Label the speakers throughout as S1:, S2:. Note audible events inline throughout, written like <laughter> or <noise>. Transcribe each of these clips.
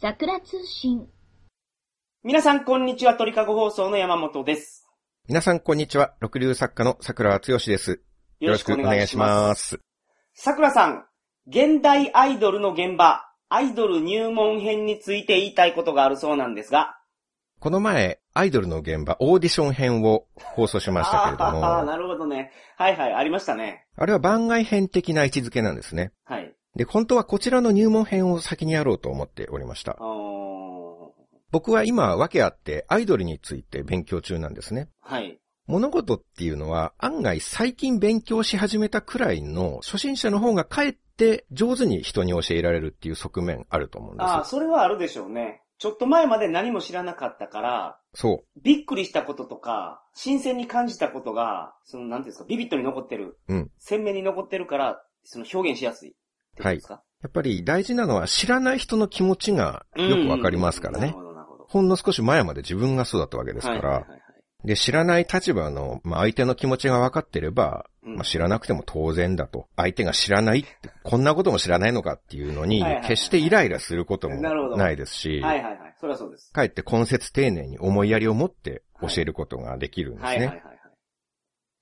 S1: 桜通信。
S2: 皆さん、こんにちは。鳥かご放送の山本です。
S3: 皆さん、こんにちは。六流作家の桜敦義です。よろしくお願いし
S2: す。
S3: ます。
S2: 桜さん、現代アイドルの現場、アイドル入門編について言いたいことがあるそうなんですが。
S3: この前、アイドルの現場、オーディション編を放送しましたけれど <laughs>
S2: ああ、
S3: も、
S2: なるほどね。はいはい、ありましたね。
S3: あれは番外編的な位置づけなんですね。
S2: はい。
S3: で、本当はこちらの入門編を先にやろうと思っておりました。
S2: おー
S3: 僕は今、訳あって、アイドルについて勉強中なんですね。
S2: はい。
S3: 物事っていうのは、案外最近勉強し始めたくらいの初心者の方がかえって上手に人に教えられるっていう側面あると思うんで
S2: ああ、それはあるでしょうね。ちょっと前まで何も知らなかったから、
S3: す。そう。
S2: びっくりしたこととか、新鮮に感じたことが、その、なんていうんですか、ビビットに残ってる。
S3: うん
S2: 鮮明に残ってるから、その表現しやすい。ってことですか
S3: やっぱり大事なのは知らない人の気持ちがよくわかりますから
S2: うんなる。
S3: ね
S2: ほど、なるほど。
S3: ほんの少し前まで自分がそうだったわけですか
S2: はいはい
S3: ら
S2: は。いはい
S3: で、知らない立場の、まあ、相手の気持ちがわかってれば、
S2: うん
S3: まあ、知らなくても当然だと。相手が知らないって、こんなことも知らないのかっていうのに
S2: はいはいは、い
S3: 決してイライラすることも
S2: なるほど
S3: ないですし、
S2: はいはいはい。それはそうです。
S3: かえって根節丁寧に思いやりを持って教えることができるんです
S2: はいはいはい
S3: ね。
S2: はい。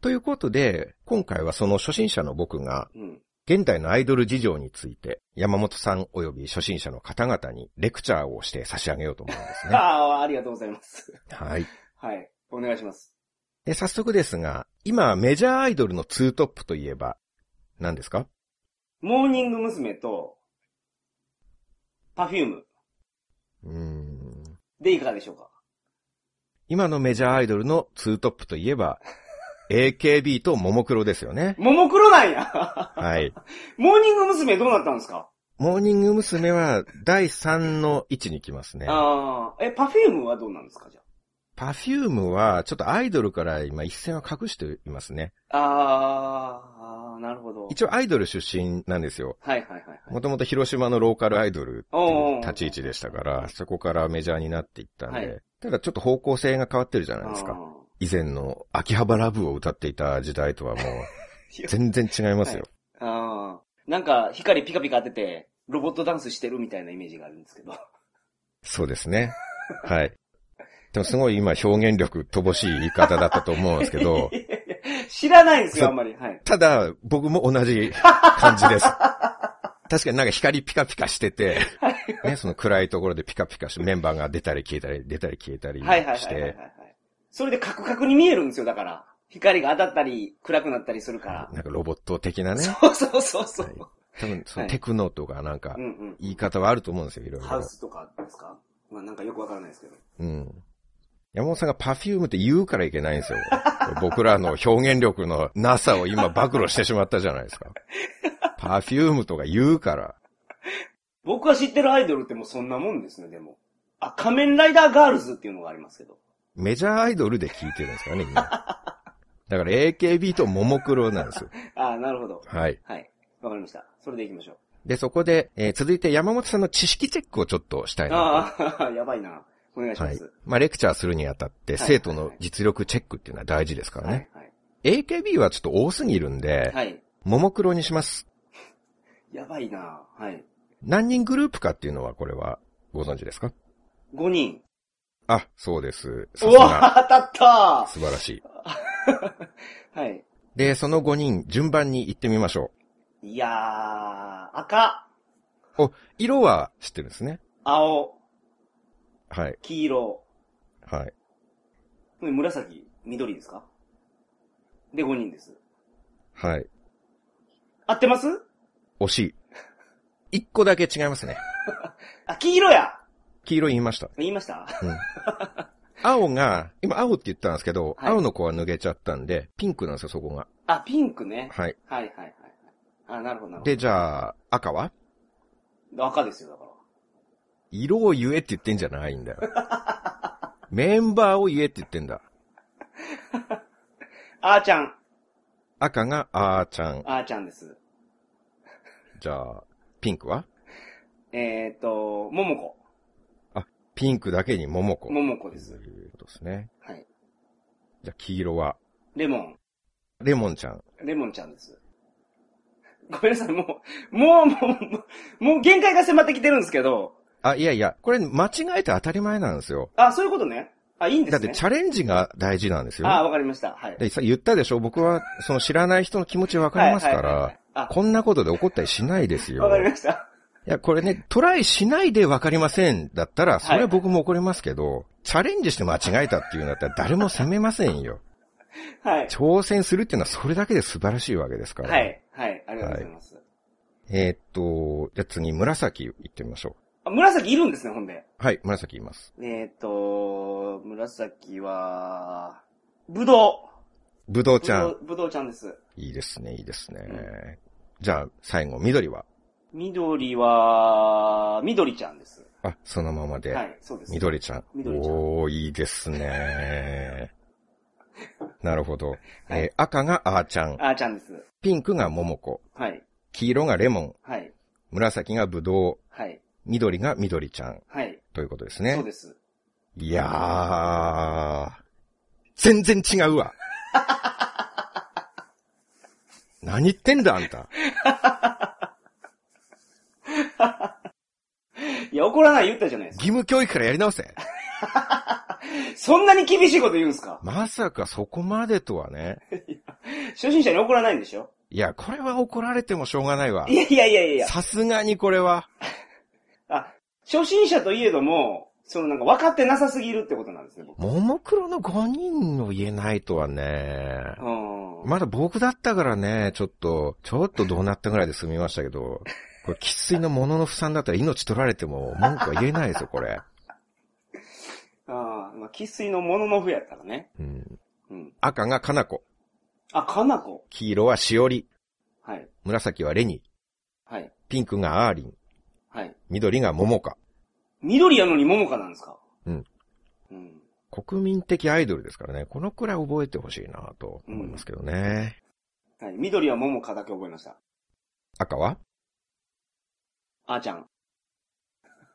S3: ということで、今回はその初心者の僕が
S2: うん。
S3: 現代のアイドル事情について、山本さん及び初心者の方々にレクチャーをして差し上げようと思うんです <laughs> ね。
S2: ああー、ありがとうございます。
S3: はい。
S2: はい。お願いします。
S3: で、早速ですが、今メジャーアイドルのツートップといえば、何ですか
S2: モーニング娘。と、パフューム
S3: うーん。
S2: でいかがでしょうか
S3: 今のメジャーアイドルのツートップといえば、AKB とももクロですよ <laughs> ね。
S2: ももクロなんや <laughs>
S3: はい。
S2: モーニング娘。どうなったんですか、
S3: モーニング娘。は第3の位置に来ますね。
S2: ああ、え、パフュームはどうなんですかじゃ
S3: パフュームはちょっとアイドルから今一線は隠していますね。
S2: あ。ああ、なるほど。
S3: 一応アイドル出身なんですよ。
S2: はいはいはいはい。
S3: もともと広島のローカルアイドルっていう立ち位置でした
S2: お
S3: か
S2: うおうおう
S3: ら、そこからメジャーになっていったんで、
S2: はい
S3: ただちょっと方向性が変わってるじゃないです
S2: あ
S3: か。
S2: ー
S3: 以前の秋葉原部を歌っていた時代とはも
S2: <laughs> いや
S3: う、全然違いますよ。
S2: ああ。なんか、光ピカピカ当てて、ロボットダンスしてるみたいなイメージがあるんですけど。、
S3: そうですね。はい。でもすごい今表現力乏しい言い方だったと思うんですけど
S2: <laughs> いやいや知らないんですよ、
S3: そ
S2: あんまり。はい。
S3: ただ僕も同じ感
S2: <laughs>
S3: じです。確かになんか光ピカピカしてて、ね、その暗いところでピカピカしてメンバーが出たり消えたり、出たり消えたり
S2: はいはいはい
S3: し
S2: はいはい
S3: て、
S2: はい。それでカクカクに見えるんですよ、だから。光が当たったり、暗くなったりするから。
S3: なんかロボット的なね。
S2: そうそうそうそ。
S3: はいう多分、そ
S2: は
S3: の
S2: い
S3: テクノとかなんか
S2: うん、うん。
S3: 言い方はあると思うんですよ、いろい
S2: ハウ
S3: ろ。
S2: スとかですかまあなんかよくわからないですけど。
S3: うん。山本さんがパフュームって言うからいけないんですよ。 <laughs> 僕らの表現力のなさを今暴露してしまったじゃないで
S2: <laughs>
S3: すか。パフュームとか言うから。
S2: 僕が知ってるアイドルってもうそんなもんですね、でも。あ、仮面ライダーガールズっていうのがありますけど。
S3: メジャーアイドルで聞いてるんですからね、今。だから AKB とももクロなんですよ。
S2: ああ、なるほど。
S3: はい。
S2: はい。わかりました。それで行きましょう。
S3: で、そこで、えー続いて山本さんの知識チェックをちょっとしたいなと
S2: ああ、 <laughs> やばいな。お願いしま
S3: はい
S2: す。。
S3: まあ、レクチャーするにあたっ
S2: は
S3: て、
S2: い
S3: 生徒の実力チェックっていうのは大事ですから
S2: はい
S3: ね。。
S2: はい。
S3: AKB はちょっと多すぎるんで、
S2: はい。
S3: ももクロにします。
S2: やばいな。はい。
S3: 何人グループかっていうのはこれはご存知ですか
S2: 5人。
S3: あ、そうです。
S2: う
S3: さすが。
S2: わ当たった
S3: 素晴らしい。
S2: はい。
S3: で、その5人、順番に行ってみましょ
S2: いやー、赤、
S3: う。お、色は知ってるんですね。
S2: 青、
S3: はい、
S2: 黄色、
S3: はい。
S2: 紫、緑ですかで、5人です。
S3: はい。
S2: 合ってます
S3: 惜しい。1個だけ違いますね。
S2: あ、黄色や
S3: 黄色言いました。
S2: 言いました
S3: うん。青が、今青って言ったんですけど、
S2: はい
S3: 青の子は脱げちゃったんで、ピンクなんですよ、そこが。
S2: あ、ピンクね。
S3: はい。
S2: はいはいはい。あ、なるほどなる
S3: で、じゃあ、赤は
S2: ほど。赤ですよ、だから。
S3: 色を言えって言ってんじゃない
S2: <laughs>
S3: んだよ。メンバーを言えって言ってんだ。
S2: あーちゃん、
S3: 赤があーちゃん。
S2: あーちゃんです。
S3: じゃあ、ピンクは
S2: えーっと、ももこ。
S3: ピンクだけにももこ。
S2: ももこ
S3: と
S2: です。
S3: いうことですね。
S2: はい。
S3: じゃあ、黄色は、
S2: レモン、
S3: レモンちゃん。
S2: レモンちゃんです。ごめんなさい、もう、もう、もう、もう、もう限界が迫ってきてるんですけど、
S3: あ、いやいや、これ間違えて当たり前なんですよ。
S2: あ、そういうことね。あ、いいんで
S3: だっ
S2: す
S3: て
S2: ね。
S3: チャレンジが大事なんですよ。
S2: あ、わかりました。はい。
S3: で、さ、言ったでしょ僕は、その知らない人の気持ちわかります
S2: は
S3: か
S2: いはいはいはい
S3: ら
S2: あ、
S3: こんなことで怒ったりしないですよ
S2: わ。かりました。 <laughs>
S3: いや、これね、トライしないでわかりませんだったら、それ
S2: は
S3: はい僕も怒りますけど、チャレンジして間違えたっていうんだったら誰も責めませんよ。
S2: はい。
S3: 挑戦するっていうのはそれだけで素晴らしいわけですから。
S2: はい。はい。ありがとうございます。
S3: えーっと、じゃあ次、紫行ってみましょ
S2: あ紫いるんですね、ほんで。
S3: う。はい、紫います。
S2: えっ、と、紫は、ぶど
S3: ぶど
S2: う。
S3: うちゃん。
S2: ぶどうちゃんです。
S3: いいですね、いいですね。
S2: ん
S3: じゃあ、最後、緑は
S2: 緑は、緑ちゃんです。
S3: あ、そのままで。
S2: はい、そうです。
S3: 緑ちゃん。
S2: 緑ちゃん
S3: おー、いいです
S2: <laughs>
S3: ね。なるほど。えー赤があーちゃん。
S2: あーちゃんです。
S3: ピンクがももこ。
S2: はい、
S3: 黄色がレモン。
S2: はい、
S3: 紫がぶどう。
S2: はい、
S3: 緑が緑ちゃん。
S2: はい。
S3: ということです
S2: そ
S3: ね
S2: う。です。
S3: いやー。全然違うわ。 <laughs> 何言ってんだ、あんた。
S2: いや、怒らない言ったじゃないです
S3: 義務教育からやり直せ。
S2: か。そんなに厳しいこと言うんすか
S3: まさかそこまでとはね。
S2: 初心者に怒らないんでしょ
S3: いや、これは怒られてもしょうがないわ
S2: い。やいやいやいや
S3: さすがにこれは。
S2: あ、初心者といえども、そのなんか分かってなさすぎるってことなんですね、僕。
S3: ももクロの5人の言えないとはね。
S2: うん。
S3: まだ僕だったからね、ちょっと、ちょっとどうなったぐらいで済みましたけど、これ、喫水のものの負産だったら命取られても文句は言えないですよ、これ。
S2: あーまあ、喫水のもののふやったらね。
S3: うん、
S2: うん。
S3: 赤がかなこ、
S2: あ、かなこ。
S3: 黄色はしおり、
S2: はい、
S3: 紫はレニー、
S2: はい、
S3: ピンクがアーリン、
S2: はい。
S3: 緑がモモカ。
S2: 緑やのに桃かなんですか
S3: うん。
S2: うん。
S3: 国民的アイドルですからね、このくらい覚えてほしいなと思いますけどね。
S2: はい。緑は桃かだけ覚えました。
S3: 赤は
S2: あーちゃん。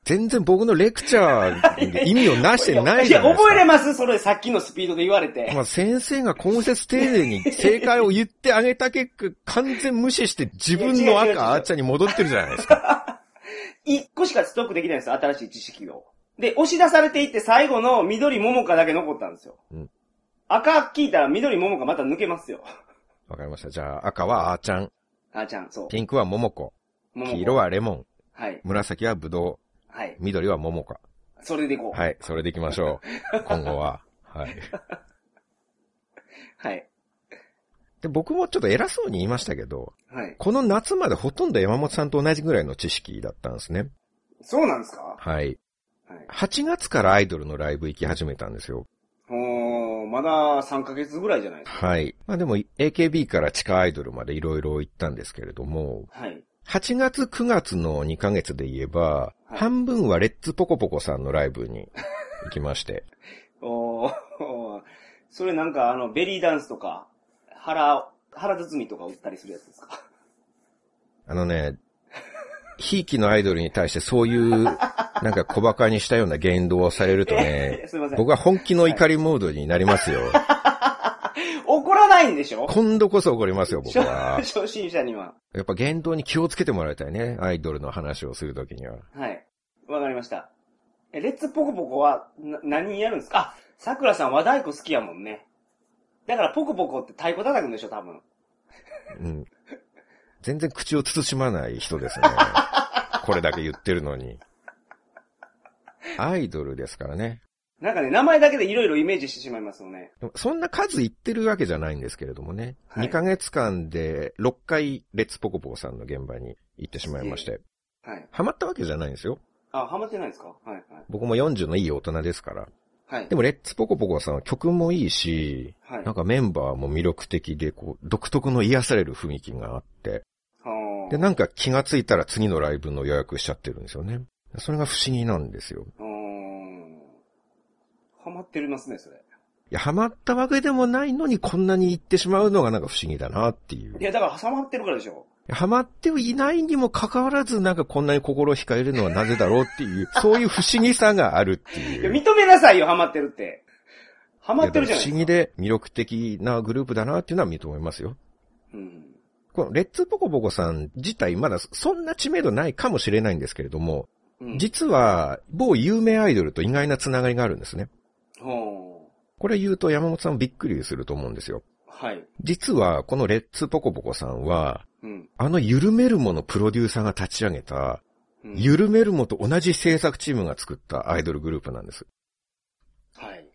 S3: 全然僕のレクチャーで意味をなしてないじゃない
S2: や、
S3: です
S2: 覚
S3: か
S2: え。れますそれさっきのスピードで言われて。
S3: まあ、先生が根節丁寧に正解を言ってあげた結果、完全無視して自分の
S2: いや違う違う違う
S3: 赤、あーちゃんに戻ってるじゃないですか。
S2: 一個しかストックできないんですよ、新しい知識を。で、押し出されていって最後の緑桃かだけ残ったんですよ。
S3: うん
S2: 赤聞いたら緑桃かまた抜けますよ。
S3: わかりました。じゃあ、赤はあーちゃん、
S2: あーちゃん、そう。
S3: ピンクはももこ、
S2: 桃子
S3: 黄色。はレモン、
S2: はい。
S3: 紫はぶど
S2: はい。
S3: う、緑はももか。
S2: それでいこう。はい。
S3: はい、それでいきましょう。今後は。はい。
S2: はい。
S3: で、僕もちょっと偉そうに言いましたけど、
S2: はい。
S3: この夏までほとんど山本さんと同じぐらいの知識だったんですね。
S2: そうなんですか
S3: はい。
S2: はい。
S3: 8月からアイドルのライブ行き始めたんですよ。
S2: おー、まだ3ヶ月ぐらいじゃないですか。
S3: はい。まあでも AKB から地下アイドルまでいろいろ行ったんですけれども、
S2: はい。
S3: 8月9月の2ヶ月で言えば、
S2: はい
S3: 半分はレッツポコポコさんのライブに行きまして、
S2: おー、それなんかあの、ベリーダンスとか、腹、腹包みとか売ったりするやつですか
S3: あのね、ひいきのアイドルに対してそういう、なんか小馬鹿にしたような言動をされるとね、
S2: <laughs> すいません。
S3: 僕は本気の怒りモードになりますよ。
S2: 怒らないんでしょ
S3: 今度こそ怒りますよ、僕
S2: 初
S3: は。
S2: 初 <laughs> 心者には。
S3: やっぱ言動に気をつけてもらいたいね、アイドルの話をするときには。
S2: はい。わかりました。え、レッツポコポコは、な、何やるんですかあ、桜さん和太鼓好きやもんね。だからポコポコって太鼓叩くんでしょ、多分。
S3: うん。全然口を慎まない人ですね。これだけ言ってるのに。アイドルですからね。
S2: なんかね、名前だけでいろいろイメージしてしまいますよね。
S3: でもそんな数言ってるわけじゃないんですけれどもね。
S2: はい
S3: 2ヶ月間で6回、レッツポコポコさんの現場に行ってしまいまして。
S2: はい。
S3: ハマったわけじゃないんですよ。
S2: あ、ハマってないですかはい、はい。
S3: 僕も40のいい大人ですから。
S2: はい
S3: で。もレッツポコポコさんは曲もいいし、
S2: はい
S3: なん。かメンバーも魅力的で、こう、独特の癒される雰囲気があって。
S2: はー
S3: で、なんか気がついたら次のライブの予約しちゃってるんですよね。それが不思議なんですよ。
S2: うーん。ハマってますね、それ。
S3: いや、ハマったわけでもないのにこんなに行ってしまうのがなんか不思議だなっていう
S2: い。や、だからハマってるからでしょ。
S3: ハマっていないにもかかわらずなんかこんなに心惹かれるのはなぜだろうっていう、そういう不思議さがあるって
S2: い
S3: い
S2: や、
S3: う。
S2: 認めなさいよ、ハマってるって。ハマってるじゃない
S3: いやだから不
S2: ですか。
S3: 思議で魅力的なグループだなっていうのは認めますよ。
S2: うん。
S3: このレッツポコポコさん自体まだそんな知名度ないかもしれないんですけれども、
S2: うん。
S3: 実は、某有名アイドルと意外なつながりがあるんですね。
S2: ほ
S3: これ言うと山本さんびっくりすると思うんですよ。
S2: う。はい。
S3: 実は、このレッツポコポコさんは、
S2: うん。
S3: あの緩めるものプロデューサーが立ち上げた、
S2: うん
S3: 緩めるもと同じ制作チームが作ったアイドルグループなんです。
S2: はい。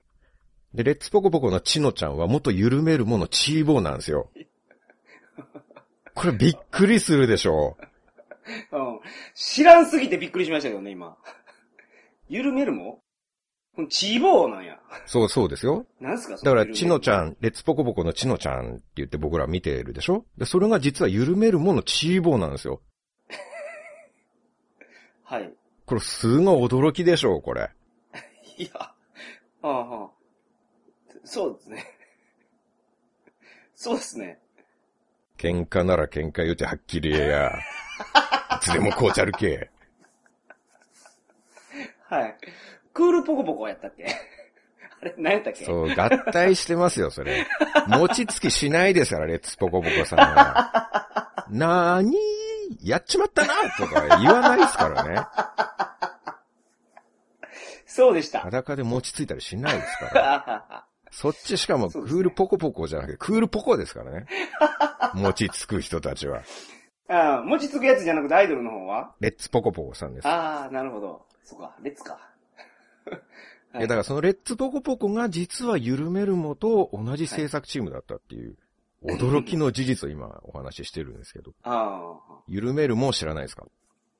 S3: で、レッツポコポコのチノちゃんは元緩めるものチーボーなんですよ。これびっくりするでしょう。
S2: うん。知らんすぎてびっくりしましたけどね、今。緩めるもこのチーボーなんや。
S3: そうそうですよ。
S2: なんすか
S3: だから、チノち
S2: ゃ
S3: ゃん、レッツポコポコのチノちゃんって言って僕ら見てるでしょで、それが実は緩めるものチーボーなんですよ。
S2: はい。
S3: これすごい驚きでしょう、これ。
S2: いや、ああ、はあ、そうですね。そうですね。
S3: 喧嘩なら喧嘩言うてはっきり言えや。いつでもこうちゃるけ。
S2: はい。クールポコポコやったっけ <laughs> あれ、何やったっけ
S3: そう、合体してますよ、それ。餅つきしないですから、レッツポコポコさんは。なーにー、やっちまったなとか言わないですからね。
S2: そうでした。
S3: 裸で餅ついたりしないですから。
S2: あ
S3: そっちしかもク
S2: そうですね
S3: ールポコポコじゃなくて、クールポコですからね。餅つく人たちは。
S2: あ、餅つくやつじゃなくてアイドルの方は
S3: レッツポコポコさんです。
S2: ああ、なるほど。そっか、レッツか。
S3: いや、だからそのレッツポコポコが実は緩めるもと同じ制作チームだったっていう、驚きの事実を今お話ししてるんですけど、
S2: ああ、
S3: 緩めるも知らないですか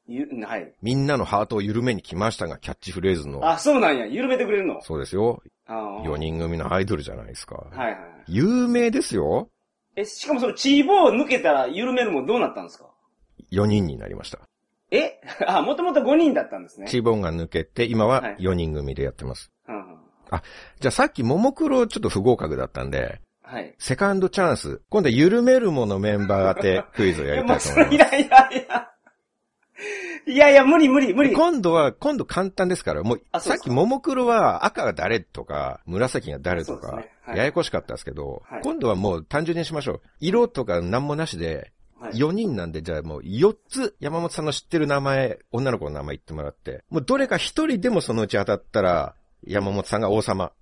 S2: ゆ、はい。
S3: みんなのハートを緩めに来ましたがキャッチフレーズの、
S2: あ、そうなんや。緩めてくれるの。
S3: そうですよ、
S2: ああ。
S3: 4人組のアイドルじゃないですか。
S2: はいはいはい。
S3: 有名ですよ
S2: え、しかもそのチーボー抜けたら緩めるもんどうなったんですか
S3: ?4 人になりました。
S2: え <laughs> あ、もともと5人だったんですね。
S3: チーボンが抜けて、今は
S2: はい
S3: 4人組でやってます。
S2: うんうん
S3: じゃあさっきももクロちょっと不合格だったんで、
S2: はい。
S3: セカンドチャンス。今度は緩めるものメンバー当てクイズをや
S2: え、
S3: りた
S2: も
S3: いうと
S2: そ
S3: 思いま
S2: れ <laughs> い。
S3: す
S2: やいやいや。いやいや、無理無理無理。
S3: 今度は、今度簡単ですから、もう、
S2: あそう
S3: さっ
S2: ですか
S3: きももクロは赤が誰とか、紫が誰と
S2: そう
S3: か
S2: ですね、はい
S3: ややこしかったですけど、
S2: はい
S3: 今度はもう単純にしましょう。色とか何もなしで、
S2: はい
S3: 4人なんで、じゃあもう4つ山本さんの知ってる名前、女の子の名前言ってもらって、もうどれか1人でもそのうち当たったら、山本さんが王様。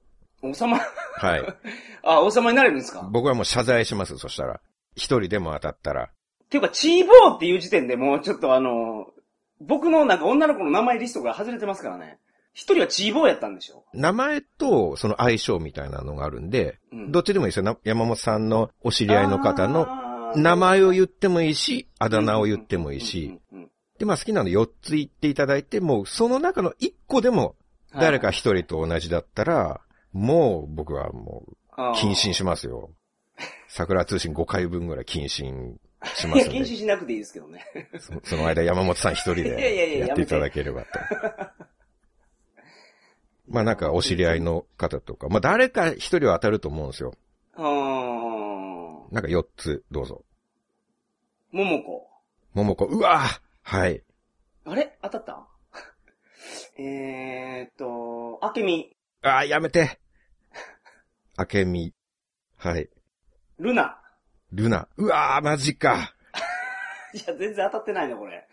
S2: 王様、
S3: はい。
S2: <laughs> あ、王様になれるんですか
S3: 僕はもう謝罪します、そしたら。1人でも当たったら。
S2: っていうか、チーボーっていう時点でもうちょっとあの、僕のなんか女の子の名前リストが外れてますからね。一人はチーボーやったんでしょ
S3: 名前とその相性みたいなのがあるんで、
S2: うん
S3: どっちでもいいですよ。な山本さんのお知
S2: 知
S3: り合いの方の名前を言ってもいいし、あだ名を言ってもいいし、。
S2: うんうんうん
S3: で、まあ好きなの4つ言っていただいて、もうその中の1個でも誰か1人と同じだったら、もう僕はもう謹慎しますよ。桜通信5回分ぐらい謹慎し
S2: ま <laughs>
S3: ますすん
S2: いや、禁止
S3: で、
S2: しなくていいですけどね。
S3: そその間山本さん1人
S2: いやいやい
S3: で
S2: や
S3: やっていただければと。まあなんかお知り合いの方とか、まあ誰か1人は当たると思うんですよ。
S2: あー。も
S3: なんか4つどうぞ。
S2: もこ。
S3: 桃子、うわぁはい。
S2: あれ当たった <laughs> えーっと、あけみ、
S3: ああ、やめて。あけみ。はい。
S2: ルナ。
S3: ルナ。うわー、マジか。
S2: いや、全然当たってないな、これ。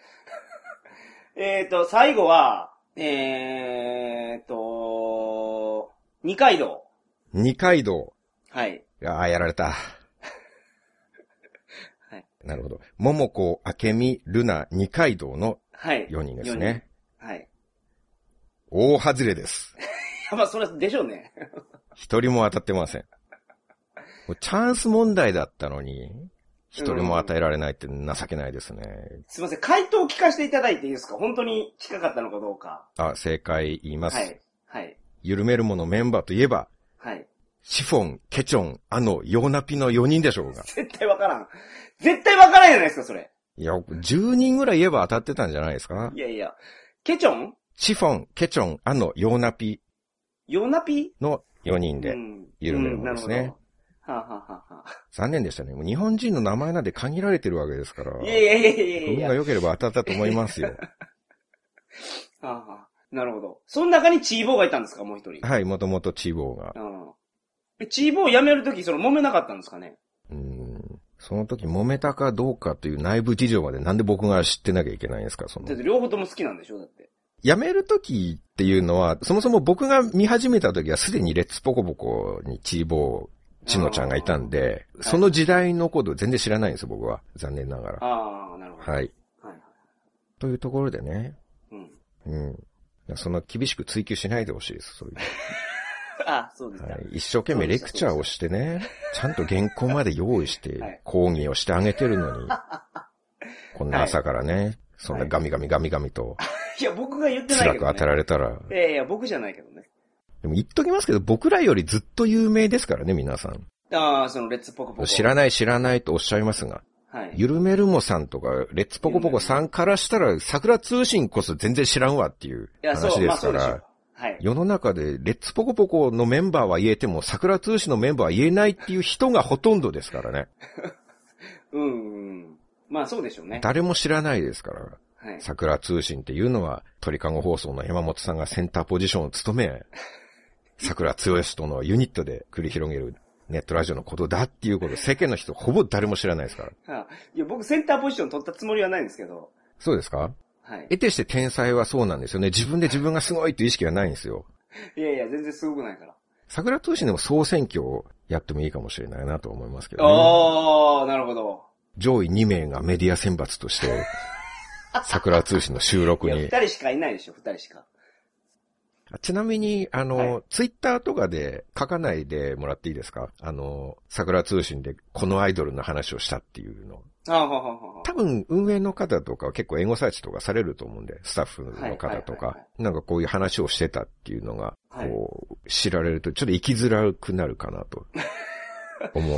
S2: えーっと、最後は、えーっと、二階堂。
S3: 二階堂。
S2: <laughs> はい。
S3: ああ、やられた。
S2: はい
S3: なるほど。桃子、あけみ、ルナ、二階堂の
S2: はい。
S3: 4人ですね。
S2: 四人。はい。い
S3: 大外れです。
S2: や、まあ、それでしょうね。
S3: 一人も当たってません。もうチャンス問題だったのに、一人も与えられないって情けないですね。
S2: すいません。回答を聞かせていただいていいですか本当に近かったのかどうか。
S3: あ、正解言います。
S2: はい。はい。
S3: 緩めるものメンバーといえば、
S2: はい。
S3: シフォン、ケチョン、あの、ヨーナピの4人でしょうが。
S2: 絶対わからん。絶対わからんじゃないですか、それ。
S3: いや、10人ぐらい言えば当たってたんじゃないですか
S2: いやいや。ケチョン
S3: シフォン、ケチョン、あの、ヨーナピ
S2: ヨナピ
S3: の4人で。緩めるものですね。
S2: うんうんなるほどはあ、はあは
S3: 残念でしたね。もう日本人の名前なんて限られてるわけですから
S2: あ、。いやいやいやいやい
S3: 運
S2: や
S3: が良ければ当たったと思います
S2: <laughs>
S3: よ。
S2: はあはあなるほど。その中にチーボーがいたんですか、もう一人。
S3: はい、もともとチーボーが。
S2: うんえチーボー辞めるとき、その揉めなかったんですかね
S3: うん。その時揉めたかどうかという内部事情までなんで僕が知ってなきゃいけないんですか、その
S2: だっ。て両方とも好きなんでしょだって。
S3: 辞めるときっていうのは、そもそも僕が見始めたときはすでにレッツポコポコにチーボー、チノちゃんがいたんで、
S2: ん
S3: その時代のこと全然知らないんですよ、僕は。残念ながら。
S2: ああ、なるほど。
S3: はい。
S2: はい。
S3: というところでね。
S2: うん。
S3: うん。いやそんな厳しく追求しないでほしいです、そういう。
S2: あそうですか。
S3: はい、一生懸命レクチャーをしてね、ちゃんと原稿まで用意し
S2: はい
S3: て、講義をしてあげてる
S2: <laughs>
S3: のに、こんな朝からね、そんなガミガミガミガミと
S2: いや、僕が言ってない
S3: 辛
S2: け
S3: く
S2: ど、
S3: 当
S2: ね。
S3: てられたら、
S2: いやいや、僕じゃないけどね。
S3: でも言っときますけど、僕らよりずっと有名ですからね、皆さん。
S2: ああ、その、レッツポコポコ。
S3: 知らない知らないとおっしゃいますが、
S2: はい。
S3: ゆるめるもさんとか、レッツポコポコさんからしたら、桜通信こそ全然知らんわっていう
S2: いや、そ
S3: 話
S2: う、
S3: で
S2: まあ
S3: す
S2: そう
S3: か
S2: でしょ
S3: ら
S2: う、。はい。
S3: 世の中でレッツポコポコのメンバーは言えても、桜通信のメンバーは言えないっていう人がほとんどですからね。
S2: うん、うん。まあそうでしょうね。
S3: 誰も知らないですから、
S2: はい。
S3: 桜通信っていうのは、鳥かご放送の山本さんがセンターポジションを
S2: <laughs>
S3: 務め、桜剛とのユニットで繰り広げるネットラジオのことだっていうこと、世間の人ほぼ誰も知らないですから。
S2: あいや、僕センターポジション取ったつもりはないんですけど。
S3: そうですか
S2: はい。
S3: 得てして天才はそうなんですよね。自分で自分がすごいっていう意識がないんですよ。
S2: いやいや、全然すごくないから。
S3: 桜通信でも総選挙をやってもいいかもしれないなと思いますけど、ね、
S2: ああ、なるほど。
S3: 上位2名がメディア選抜として、桜通信の収
S2: い
S3: 録
S2: や、
S3: に
S2: 二人しかいないでしょ、二人しか。
S3: あちなみに、あの、
S2: は
S3: ツイッターとかで書かないでもらっていいですかあの、桜通信でこのアイドルの話をしたっていうの。
S2: ああ、はははは
S3: 多分、運営の方とかは結構英語サーチとかされると思うんで、スタッフの
S2: はいは
S3: 方と
S2: いはい
S3: か
S2: は、
S3: なんかこういう話をしてたっていうのが、
S2: はい
S3: こう、知られるとちょっと生きづらくなるかなと 思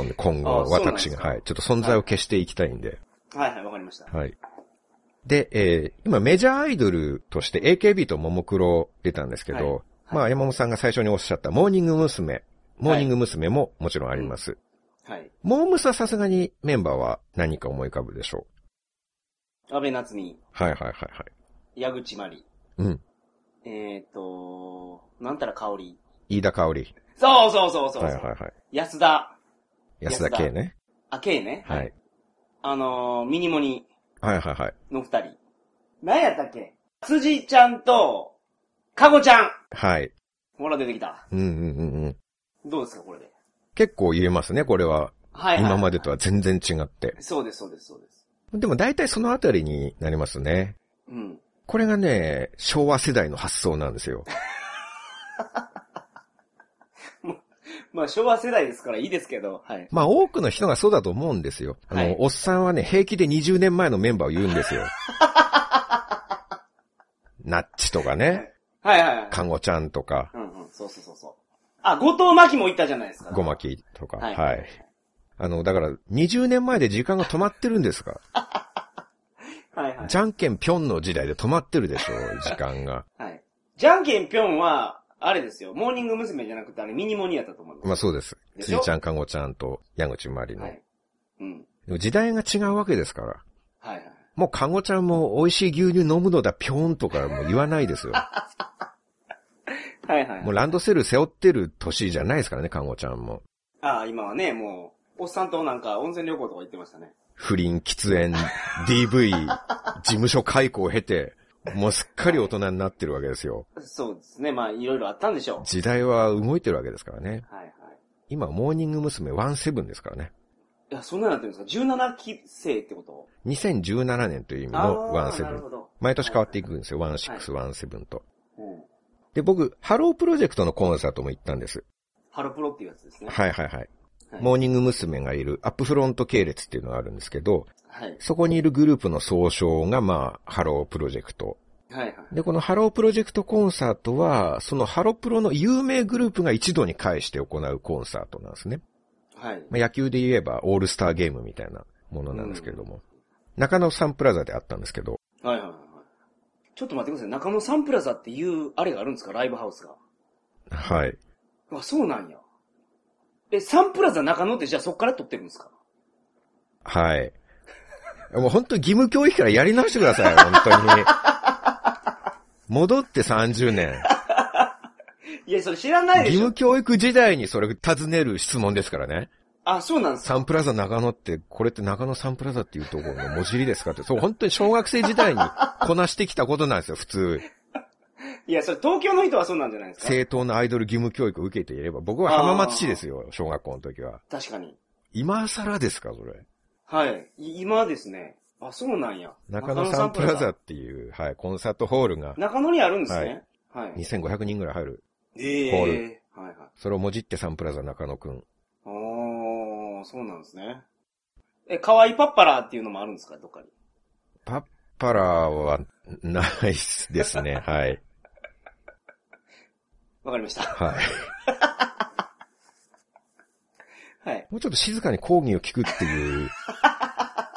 S2: <laughs>
S3: うんで、今後
S2: あそうなんです
S3: 私
S2: か
S3: が、はい、ちょっと存在を消していきたいんで、
S2: はいはい、わかりました。
S3: はい。で、えー今メジャーアイドルとして AKB とももクロ出たんですけど、
S2: はいはい
S3: まあ山本さんが最初におっしゃったモーニング娘。モーニング娘。ももちろんあります。
S2: はい。
S3: モームスはさすがにメンバーは何か思い浮かぶでしょ
S2: 安倍夏実、
S3: う。はいはいはいはい。
S2: 矢口まり、
S3: うん。
S2: えっ、ー、と、なんたら香り。
S3: 飯田香織。
S2: そうそうそうそうそう、
S3: はいはいはい。
S2: 安田、
S3: 安田圭ね。
S2: あ、K ね。
S3: はい。。
S2: あのー、ミニモニ
S3: はいはいはい。
S2: の二人。何やったっけ辻ちゃんと、かごちゃん。
S3: はい。
S2: ほら出てきた。
S3: うんうんうんうん。
S2: どうですか、これで。
S3: 結構言えますね、これは。
S2: はい、はい。
S3: 今までとは全然違って。
S2: そうです、そうです、そうです。
S3: でも大体そのあたりになりますね。
S2: うん。
S3: これがね、昭和世代の発想なんですよ。
S2: まあ、昭和世代ですからいいですけど、はい。
S3: まあ多くの人がそうだと思うんですよ。あの、
S2: はい
S3: おっさんはね、平気で20年前のメンバーを言うんで
S2: <laughs>
S3: すよ。ナッチとかね、
S2: はいはいはい。
S3: 看護ちゃんとか、
S2: うんうん、そうそうそうそう。あ、後藤真希も行ったじゃないですか。
S3: ごまきとか、
S2: はい
S3: はい。あの、だから、20年前で時間が止まってるんですか
S2: はいはい。
S3: じゃんけんぴょんの時代で止まってるでしょ
S2: <laughs>
S3: う、時間が。
S2: はい。じゃんけんぴょんは、あれですよ。モーニング娘。じゃなくて、あれミニモニやったと思います。
S3: まあそうです。
S2: でし
S3: つ
S2: ょ
S3: いちゃん、看護ちゃんと、矢口まりの。
S2: はい。うん。
S3: でも時代が違うわけですから。
S2: はいはい。
S3: もう看護ちゃんも美味しい牛乳飲むのだ、ぴょーんとかもう言わないですよ。
S2: はいはい
S3: <laughs> もう。ランドセル背負ってる年じゃないですからね、看護ちゃんも。
S2: ああ、今はね、もう、おっさんとなんか温泉旅行とか行ってましたね。
S3: 不倫、
S2: <laughs>
S3: 喫煙、DV、事務所解雇を経て、もうすっかり大人になってるわけですよ。
S2: そうですね。まあ、いろいろあったんでしょ
S3: 時代は動いてるわけですからね。
S2: う。はいはい。
S3: 今、モーニング娘。17ですからね。
S2: いや、そんなになってるんですか ?17 期生ってこと
S3: 2017年という意味
S2: あ
S3: の
S2: あー、なる
S3: 17
S2: ほ。ど。
S3: 毎年変わっていくんですよ、16、17と。
S2: うん。
S3: で、僕、ハロープロジェクトのコンサートも行ったんです。
S2: ハロプロっていうやつですね。
S3: はいはいはい。
S2: はい
S3: モーニング娘。がいるアップフロント系列っていうのがあるんですけど、
S2: はい。
S3: そこにいるグループの総称が、まあ、ハロープロジェクト
S2: はいはい。
S3: で、このハロープロジェクトコンサートは、そのハロプロの有名グループが一度に返して行うコンサートなんですね。
S2: はい。
S3: まあ、野球で言えばオールスターゲームみたいなものなんですけれども。中野サンプラザであったんですけど、
S2: はいはいはい。ちょっと待ってください。中野サンプラザっていう、あれがあるんですかライブハウスが。
S3: はい。
S2: あ、そうなんや。え、サンプラザ中野ってじゃあそっから撮ってるんですか
S3: はい。 <laughs> もう本当に義務教育からやり直してください、本当に。戻って30年。
S2: いや、それ知らないでし
S3: 義
S2: ょ
S3: 務。教育時代にそれ尋ねる質問ですからね。
S2: あ、そうなんですか
S3: サンプラザ中野って、これって中野サンプラザっていうところの文字入りですかって、そう、本当に小学生時代にこなしてきたことなんですよ、普通。
S2: いや、それ東京の人はそうなんじゃないですか。
S3: 正当なアイドル義務教育を受けていれば、僕は浜松市ですよ、小学校の時は。
S2: 確かに。
S3: 今更ですか、それ。
S2: はい。い今ですね。あ、そうなんや。
S3: 中野サンプラザっていう、はい、コンサートホールが
S2: 中野にあるんですね。はい。
S3: 2500人ぐらい入る。
S2: ええ
S3: ホール
S2: はいはい。
S3: それをもじってサンプラザ中野くん。
S2: ああ、そうなんですね。え、可愛いパッパラーっていうのもあるんですかどっかに。
S3: パッパラは、ないっすです <laughs> ね。はい。
S2: わかりました。 <laughs>
S3: はい。
S2: はい。
S3: もうちょっと静かに講義を聞くっていう、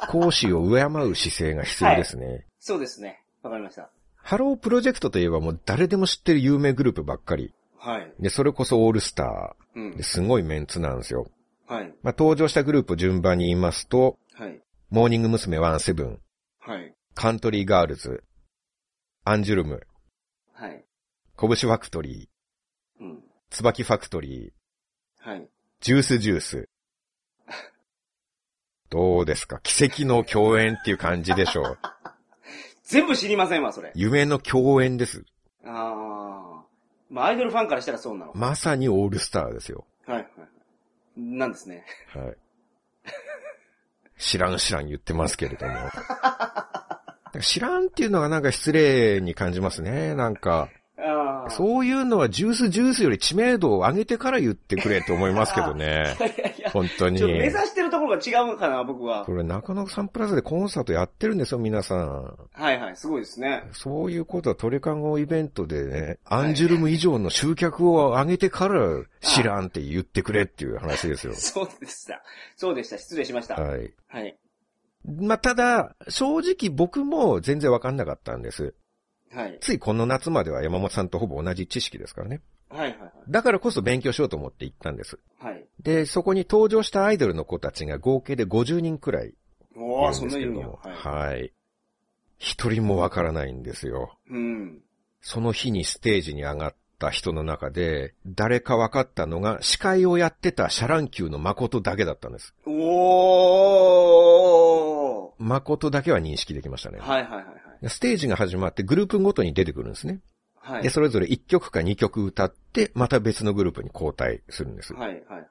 S3: 講師を敬う姿勢が必要ですね。
S2: そうですね。わかりました。
S3: ハロープロジェクトといえばもう誰でも知ってる有名グループばっかり。
S2: はい。
S3: で、それこそオールスタ
S2: う
S3: ー。で
S2: ん。
S3: すごいメンツなんですよ。
S2: はい。
S3: まあ、登場したグループを順番に言いますと、
S2: はい。
S3: モーニング娘。ワンセブン、
S2: はい。
S3: カントリーガールズ、アンジュルム、
S2: はい。
S3: 拳ファクトリー、
S2: うん。
S3: 椿ファクトリー、
S2: はい。
S3: ジュースジュース。どうですか奇跡の共演っていう感じでしょう。
S2: 全部知りませんわ、それ。
S3: 夢の共演です。
S2: ああ。まあ、アイドルファンからしたらそうなの。
S3: まさにオールスターですよ。
S2: はい。はい。なんですね。
S3: はい。知らん知らん言ってますけれども。知らんっていうのがなんか失礼に感じますね。なんか、
S2: ああ。う
S3: そういうのはジュースジュースより知名度を上げてから言ってくれと思いますけどね
S2: い。やいやいや。ちょ
S3: 本当
S2: っ
S3: に
S2: と。目指してるところが違うかな、僕は
S3: こ。れ中野サンプラザでコンサートやってるんですよ、皆さん。
S2: はいはい、すごいですね。。
S3: そういうことはトリカゴイベントでね、アンジュルム以上の集客を上げてから知らんって言ってくれっていう話ですよ
S2: そうでした。そうでした。失礼しました。
S3: はい。
S2: はい。
S3: まあ、ただ、正直僕も全然わかんなかったんです。
S2: はい。
S3: ついこの夏までは山本さんとほぼ同じ知識ですからね。
S2: はいはい
S3: だからこそ勉強しようと思って行ったんです。
S2: はい。はい。
S3: で、そこに登場したアイドルの子たちが合計で50人くらいい
S2: お
S3: るん
S2: ー、
S3: です
S2: そんな
S3: けれ
S2: 言
S3: ど
S2: うんや。
S3: も。
S2: は
S3: はい。一人もわからないんですよ。
S2: い。うん。
S3: その日にステージに上がった人の中で、誰か分かったのが、司会をやってたシャランキューの誠だけだったんです。
S2: おー。
S3: 誠だけは認識できましたね。
S2: はいはいはい
S3: ステージが始まってグループごとに出てくるんですね。
S2: はい。はい。
S3: で、それぞれ1曲か2曲歌って、また別のグループに交代するんです。
S2: はいはいはい。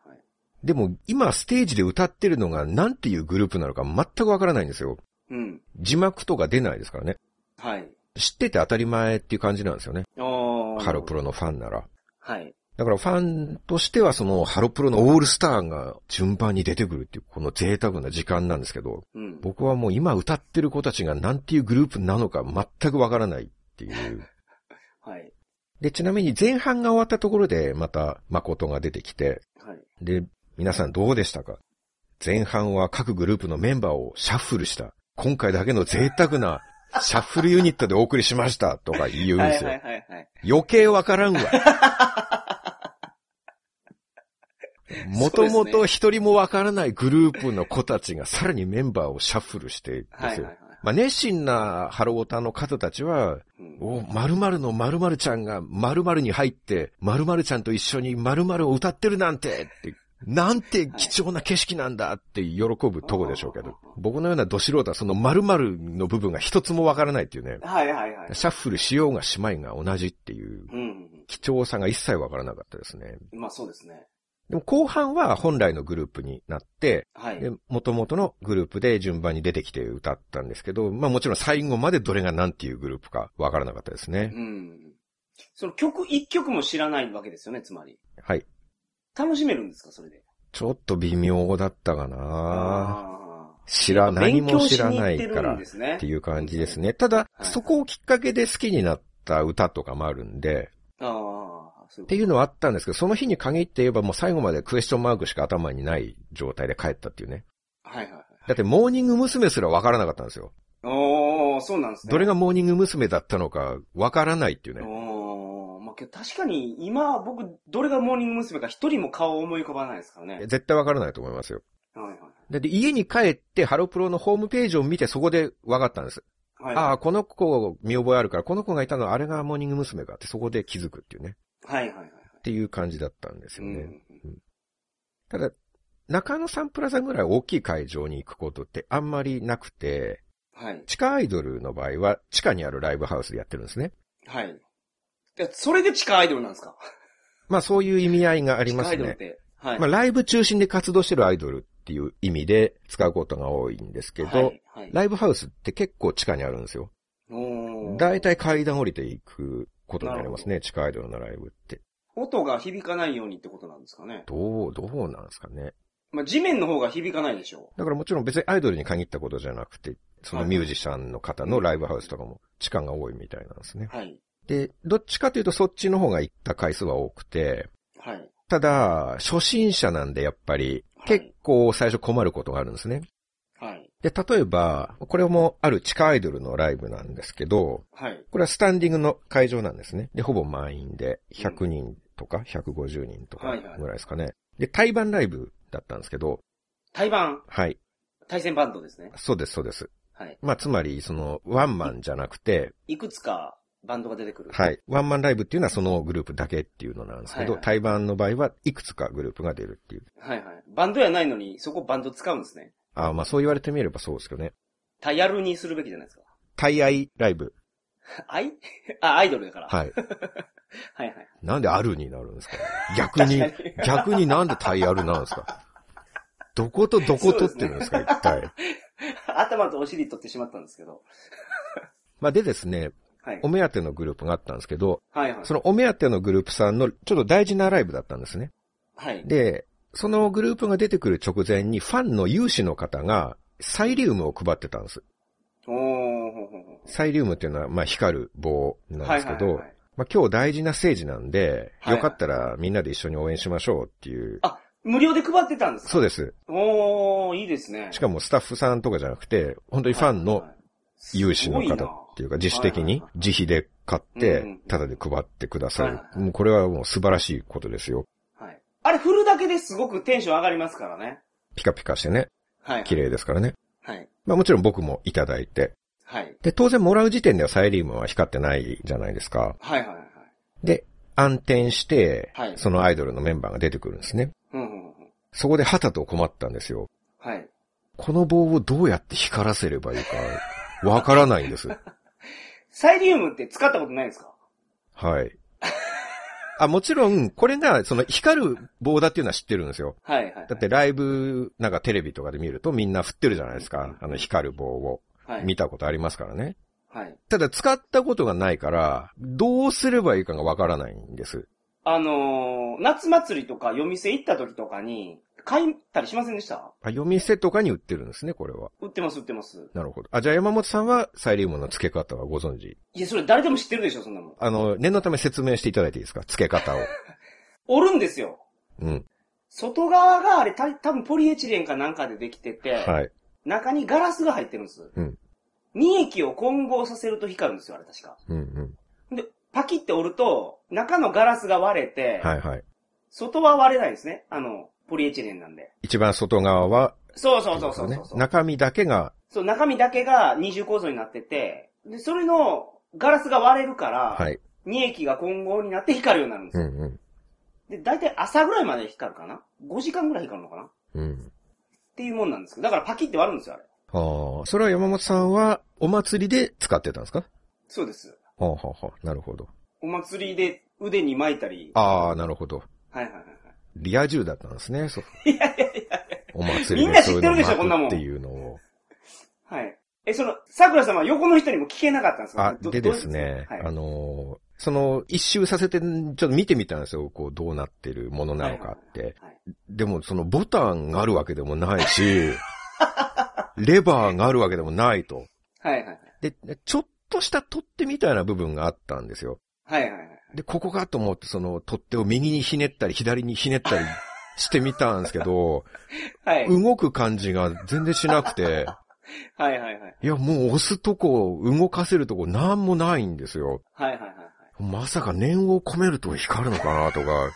S3: でも、今ステージで歌ってるのが何ていうグループなのか全くわからないんですよ。
S2: うん。
S3: 字幕とか出ないですからね。
S2: はい。
S3: 知ってて当たり前っていう感じなんですよね。
S2: おー。
S3: ハロプロのファンなら。
S2: はい。
S3: だからファンとしてはそのハロプロのオールスターが順番に出てくるっていうこの贅沢な時間なんですけど、
S2: うん。
S3: 僕はもう今歌ってる子たちがなんていうグループなのか全くわからないっていう。
S2: はい。
S3: で、ちなみに前半が終わったところでまた誠が出てきて、
S2: はい。
S3: で、皆さんどうでしたか前半は各グループのメンバーをシャッフルした。今回だけの贅沢なシャッフルユニットでお送りしましたとか言うん
S2: は
S3: で
S2: い
S3: す
S2: は
S3: よ
S2: い。はいはい。
S3: 余計わからん
S2: <laughs>
S3: わ。もともと一人もわからないグループの子たちがさらにメンバーをシャッフルしてですよ。
S2: はいはいはい。
S3: まあ、熱心なハロータの方たちは、
S2: うん
S3: お、〇〇の〇〇ちゃんが〇〇に入って、〇〇ちゃんと一緒に〇〇を歌ってるなんてって、なんて貴重な景色なんだって喜ぶとこでしょうけ
S2: はい
S3: ど、僕のようなド素人はその〇〇の部分が一つもわからないっていうね、
S2: はいはいはい。
S3: シャッフルしようがしまいが同じっていう
S2: うんうん
S3: 貴重さが一切わからなかったですね。
S2: うん。まあそうですね。
S3: でも後半は本来のグループになって、
S2: はい。
S3: で、元々のグループで順番に出てきて歌ったんですけど、まあもちろん最後までどれが何ていうグループかわからなかったですね
S2: う。ん。その曲、一曲も知らないわけですよね、つまり。
S3: はい。
S2: 楽しめるんですか、それで。
S3: ちょっと微妙だったかな
S2: ああ。
S3: 知ら、何
S2: 勉
S3: も
S2: 強
S3: 知
S2: し
S3: ら
S2: に
S3: な
S2: 行って
S3: いか
S2: る
S3: ら
S2: ん
S3: っ
S2: ですね。
S3: ていう感じですね。ただ、
S2: い
S3: そこをきっかけで好きになった歌とかもあるんで、
S2: ああ、そういうこと
S3: っていうのはあったんですけど、その日に限って言えばもう最後までクエスチョンマークしか頭にない状態で帰ったっていうね。
S2: はいはいはい。
S3: だってモーニング娘。すらわからなかったんですよ。
S2: おー、そうなんですね。
S3: どれがモーニング娘。だったのかわからないっていうね。
S2: おー、まあ、けど確かに今僕、どれがモーニング娘。か一人も顔を思い浮かばないですからね。はい
S3: 絶対わからないと思いますよ。
S2: はいはい。
S3: だって家に帰ってハロプロのホームページを見てそこでわかったんです。
S2: はい
S3: あ
S2: は
S3: あ、この子見覚えあるから、この子がいたのはあれがモーニング娘。かってそこで気づくっていうね。
S2: いはいはいはい。
S3: っていう感じだったんです
S2: う
S3: よね。
S2: ん。
S3: ただ、中野サンプラザぐらい大きい会場に行くことってあんまりなくて、
S2: はい。
S3: 地下アイドルの場合は地下にあるライブハウスでやってるんですね。
S2: はい。いや、それで地下アイドルなんですか
S3: まあそういう意味合いがありま
S2: 地下
S3: す
S2: アイドルっ
S3: ね。
S2: て。はい。
S3: まあライブ中心で活動してるアイドルっていう意味で使うことが多いんですけど、
S2: はい、はい。
S3: ライブハウスって結構地下にあるんですよ。
S2: おー
S3: だいたい階段降りていくことになりますね、地下アイドルのライブって。
S2: 音が響かないようにってことなんですかね。
S3: どう、どうなんですかね。
S2: まあ、地面の方が響かないでしょ
S3: だからもちろん別にアイドルに限ったことじゃなくて、そのミュージシャンの方のライブハウスとかも地下が多いみたいなんですね。
S2: う。はい。
S3: で、どっちかというとそっちの方が行った回数は多くて、
S2: はい。
S3: ただ、初心者なんでやっぱり
S2: はい
S3: 結構最初困ることがあるんですね。
S2: はい。
S3: で、例えば、これもある地下アイドルのライブなんですけど、
S2: はい。
S3: これはスタンディングの会場なんですね。で、ほぼ満員で、100人とか150人とか
S2: はい
S3: ぐ
S2: はい
S3: らいですかね。で、対バンライブだったんですけど、
S2: 対バン、
S3: はい、
S2: 対戦バンドですね。
S3: そうです、そうです。
S2: はい。
S3: まあ、つまり、その、ワンマンじゃなくて、
S2: いくつかバンドが出てくる。
S3: はい。ワンマンライブっていうのはそのグループだけっていうのなんですけど、
S2: はいはい
S3: 対バンの場合はいくつかグループが出るっていう。
S2: はいはい。バンドやないのに、そこバンド使うんですね。
S3: ああ、まあそう言われてみればそうですけどね。
S2: タイヤルにするべきじゃないですか。
S3: 対愛ライブ。
S2: <laughs> アイあ、アイドルだから。
S3: はい。
S2: はいはい。
S3: なんであるになるんですか逆
S2: <laughs>
S3: に
S2: 確かに、
S3: 逆になんで対あるなんですかどことどこ取ってるんですか一体。
S2: 頭とお尻取ってしまったんですけど。
S3: まあでですね、
S2: はい
S3: お。目当てのグループがあったんですけど、
S2: はいはい。
S3: そのお目当てのグループさんのちょっと大事なライブだったんですね。
S2: はい。
S3: で、そのグループが出てくる直前にファンの有志の方がサイリウムを配ってたんです。
S2: おー、ほうほうほう
S3: サイリウムっていうのは、まあ、光る棒なんですけ
S2: はいは
S3: ど、
S2: いはいはい
S3: まあ、今日大事な政治なんで、
S2: はいはい
S3: よかったらみんなで一緒に応援しましょうっていう。
S2: あ、無料で配ってたんですか
S3: そうです。
S2: おー、いいですね。
S3: しかもスタッフさんとかじゃなくて、本当にファンの有志の方っていうか、自主的に自費で買っ
S2: うんうん
S3: て、タダで配ってくださ
S2: はい
S3: る
S2: は。い
S3: もうこれはもう素晴らしいことですよ。
S2: はい。はいあれ振るだけですごくテンション上がりますからね。
S3: ピカピカしてね、
S2: はい。
S3: 綺麗ですからね。
S2: はい。
S3: まあもちろん僕もいただいて。
S2: はい。
S3: で、当然もらう時点ではサイリウムは光ってないじゃないですか。
S2: はいはいはいはい。
S3: で、暗転して
S2: はい、
S3: そのアイドルのメンバーが出てくるんですね。
S2: うんうんうん。
S3: そこで旗と困ったんですよ。
S2: はい。
S3: この棒をどうやって光らせればいいか、わからない
S2: <laughs>
S3: んです。
S2: サイリウムって使ったことないですか
S3: はい。あ、もちろん、これが、その光る棒だっていうのは知ってるんですよ。
S2: はいはい。
S3: だって、ライブ、なんかテレビとかで見るとみんな振ってるじゃないですか。あの光る棒を
S2: はい。
S3: 見たことありますからね。
S2: はい。
S3: ただ使ったことがないから、どうすればいいかがわからないんです。
S2: あのー、夏祭りとか夜店行った時とかに、買いたりしませんでした
S3: あ、夜店とかに売ってるんですね、これは。
S2: 売ってます売ってます。
S3: なるほど。あ、じゃあ山本さんはサイリウムの付け方はご存知
S2: いや、それ誰でも知ってるでしょ、そんなもん。
S3: あの、念のため説明していただいていいですか付
S2: <laughs>
S3: け方を。
S2: おるんですよ。
S3: うん。
S2: 外側があれ、た多分ポリエチレンかなんかでできてて、
S3: はい。
S2: 中にガラスが入ってるんです。
S3: うん
S2: 二液を混合させると光るんですよ、あれ確か。
S3: うんうん。
S2: で、パキって折ると、中のガラスが割れて、
S3: はいはい。
S2: 外は割れないんですね。あの、ポリエチレンなんで。
S3: 一番外側は、
S2: そうそうそうそうそう
S3: ね
S2: そう、
S3: 中身だけが、
S2: そう、中身だけが二重構造になってて、で、それのガラスが割れるから、
S3: はい。
S2: 二液が混合になって光るようになるんです
S3: うん
S2: よ。
S3: うん。
S2: で、大体朝ぐらいまで光るかな ?5 時間ぐらい光るのかなっ
S3: うん。
S2: ていうもんなんですけど、だからパキって割るんですよ、あれ。
S3: ああ、それは山本さんはお祭りで使ってたんですかは
S2: そうです。
S3: あはあはあ、なるほど。
S2: お祭りで腕に巻いたり。
S3: ああ、なるほど。
S2: はいはいはいはい。
S3: リア充だったんです
S2: <laughs>
S3: ね、そう。お祭り
S2: みんな知ってるでしょ
S3: そういうのを巻く
S2: こんなもん
S3: っていうのを。
S2: はい。え、その、桜さんは横の人にも聞けなかったんですか
S3: あ、
S2: ど
S3: でですね、
S2: どういう
S3: あ
S2: はい。
S3: のーその、一周させて、ちょっと見てみたんですよ。こう、どうなってるものなのかって。
S2: はい
S3: でも、その、ボタンがあるわけでもないし、 <laughs> レバーがあるわけでもないと。
S2: はいはいはい。
S3: で、ちょっとした取っ手みたいな部分があったんですよ。
S2: はいはいはい。
S3: で、ここかと思って、その、取っ手を右にひねったり、左にひねったりしてみたんですけど、
S2: <laughs> はい。
S3: 動く感じが全然しなくて、
S2: はいはいはい。
S3: いや、もう押すとこ、動かせるとこ、なんもないんですよ。
S2: はいはいはいはい。
S3: まさか念を込めると光るのかな、とか。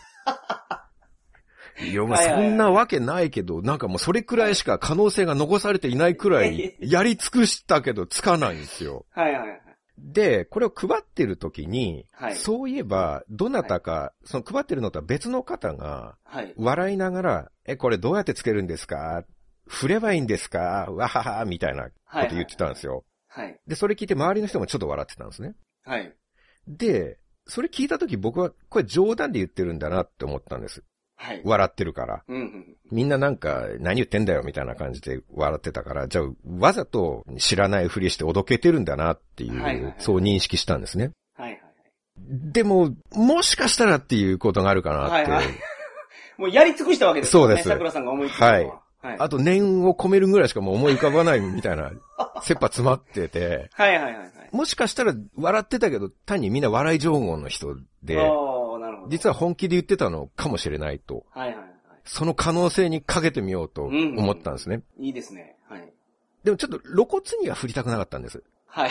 S3: いや、まあ
S2: はいはい
S3: そ
S2: はい
S3: んなわけないけど、なんかもうそれくらいしか可能性が残されていないくらい、やり尽くしたけど、つかないんですよ。
S2: はいはいはい。
S3: で、これを配ってる時に、
S2: はい
S3: そういえば、どなたか、その配ってるのとは別の方が、
S2: はい。
S3: 笑いながら、え、これどうやってつけるんですか振ればいいんですかわははみたいなこと言ってたんですよ。
S2: はい。
S3: で、それ聞いて周りの人もちょっと笑ってたんですね。
S2: はい。
S3: で、それ聞いたとき僕は、これ冗談で言ってるんだなって思ったんです。
S2: はい。
S3: 笑ってるから。
S2: うんうん。
S3: みんななんか、何言ってんだよみたいな感じで笑ってたから、じゃあ、わざと知らないふりしておどけてるんだなっていう、
S2: はいはいはい
S3: そう認識したんですね。
S2: はいはい。
S3: でも、もしかしたらっていうことがあるかなって。
S2: はいはいもうやり尽くしたわけですよ
S3: そう
S2: ね。
S3: です
S2: 桜さんが思いついたのは。
S3: はい
S2: はい。
S3: あと、念を込めるぐらいしかもう思い浮かばないみたいな、切羽詰まってて。
S2: はいはいはいはい。
S3: もしかしたら笑ってたけど、単にみんな笑い上手の人で、
S2: おーなるほど。
S3: 実は本気で言ってたのかもしれないと。
S2: はいはいは
S3: その可能性にかけてみようと思ったんですね。
S2: い。いいですね。はい。
S3: でもちょっと露骨には振りたくなかったんです。
S2: はい。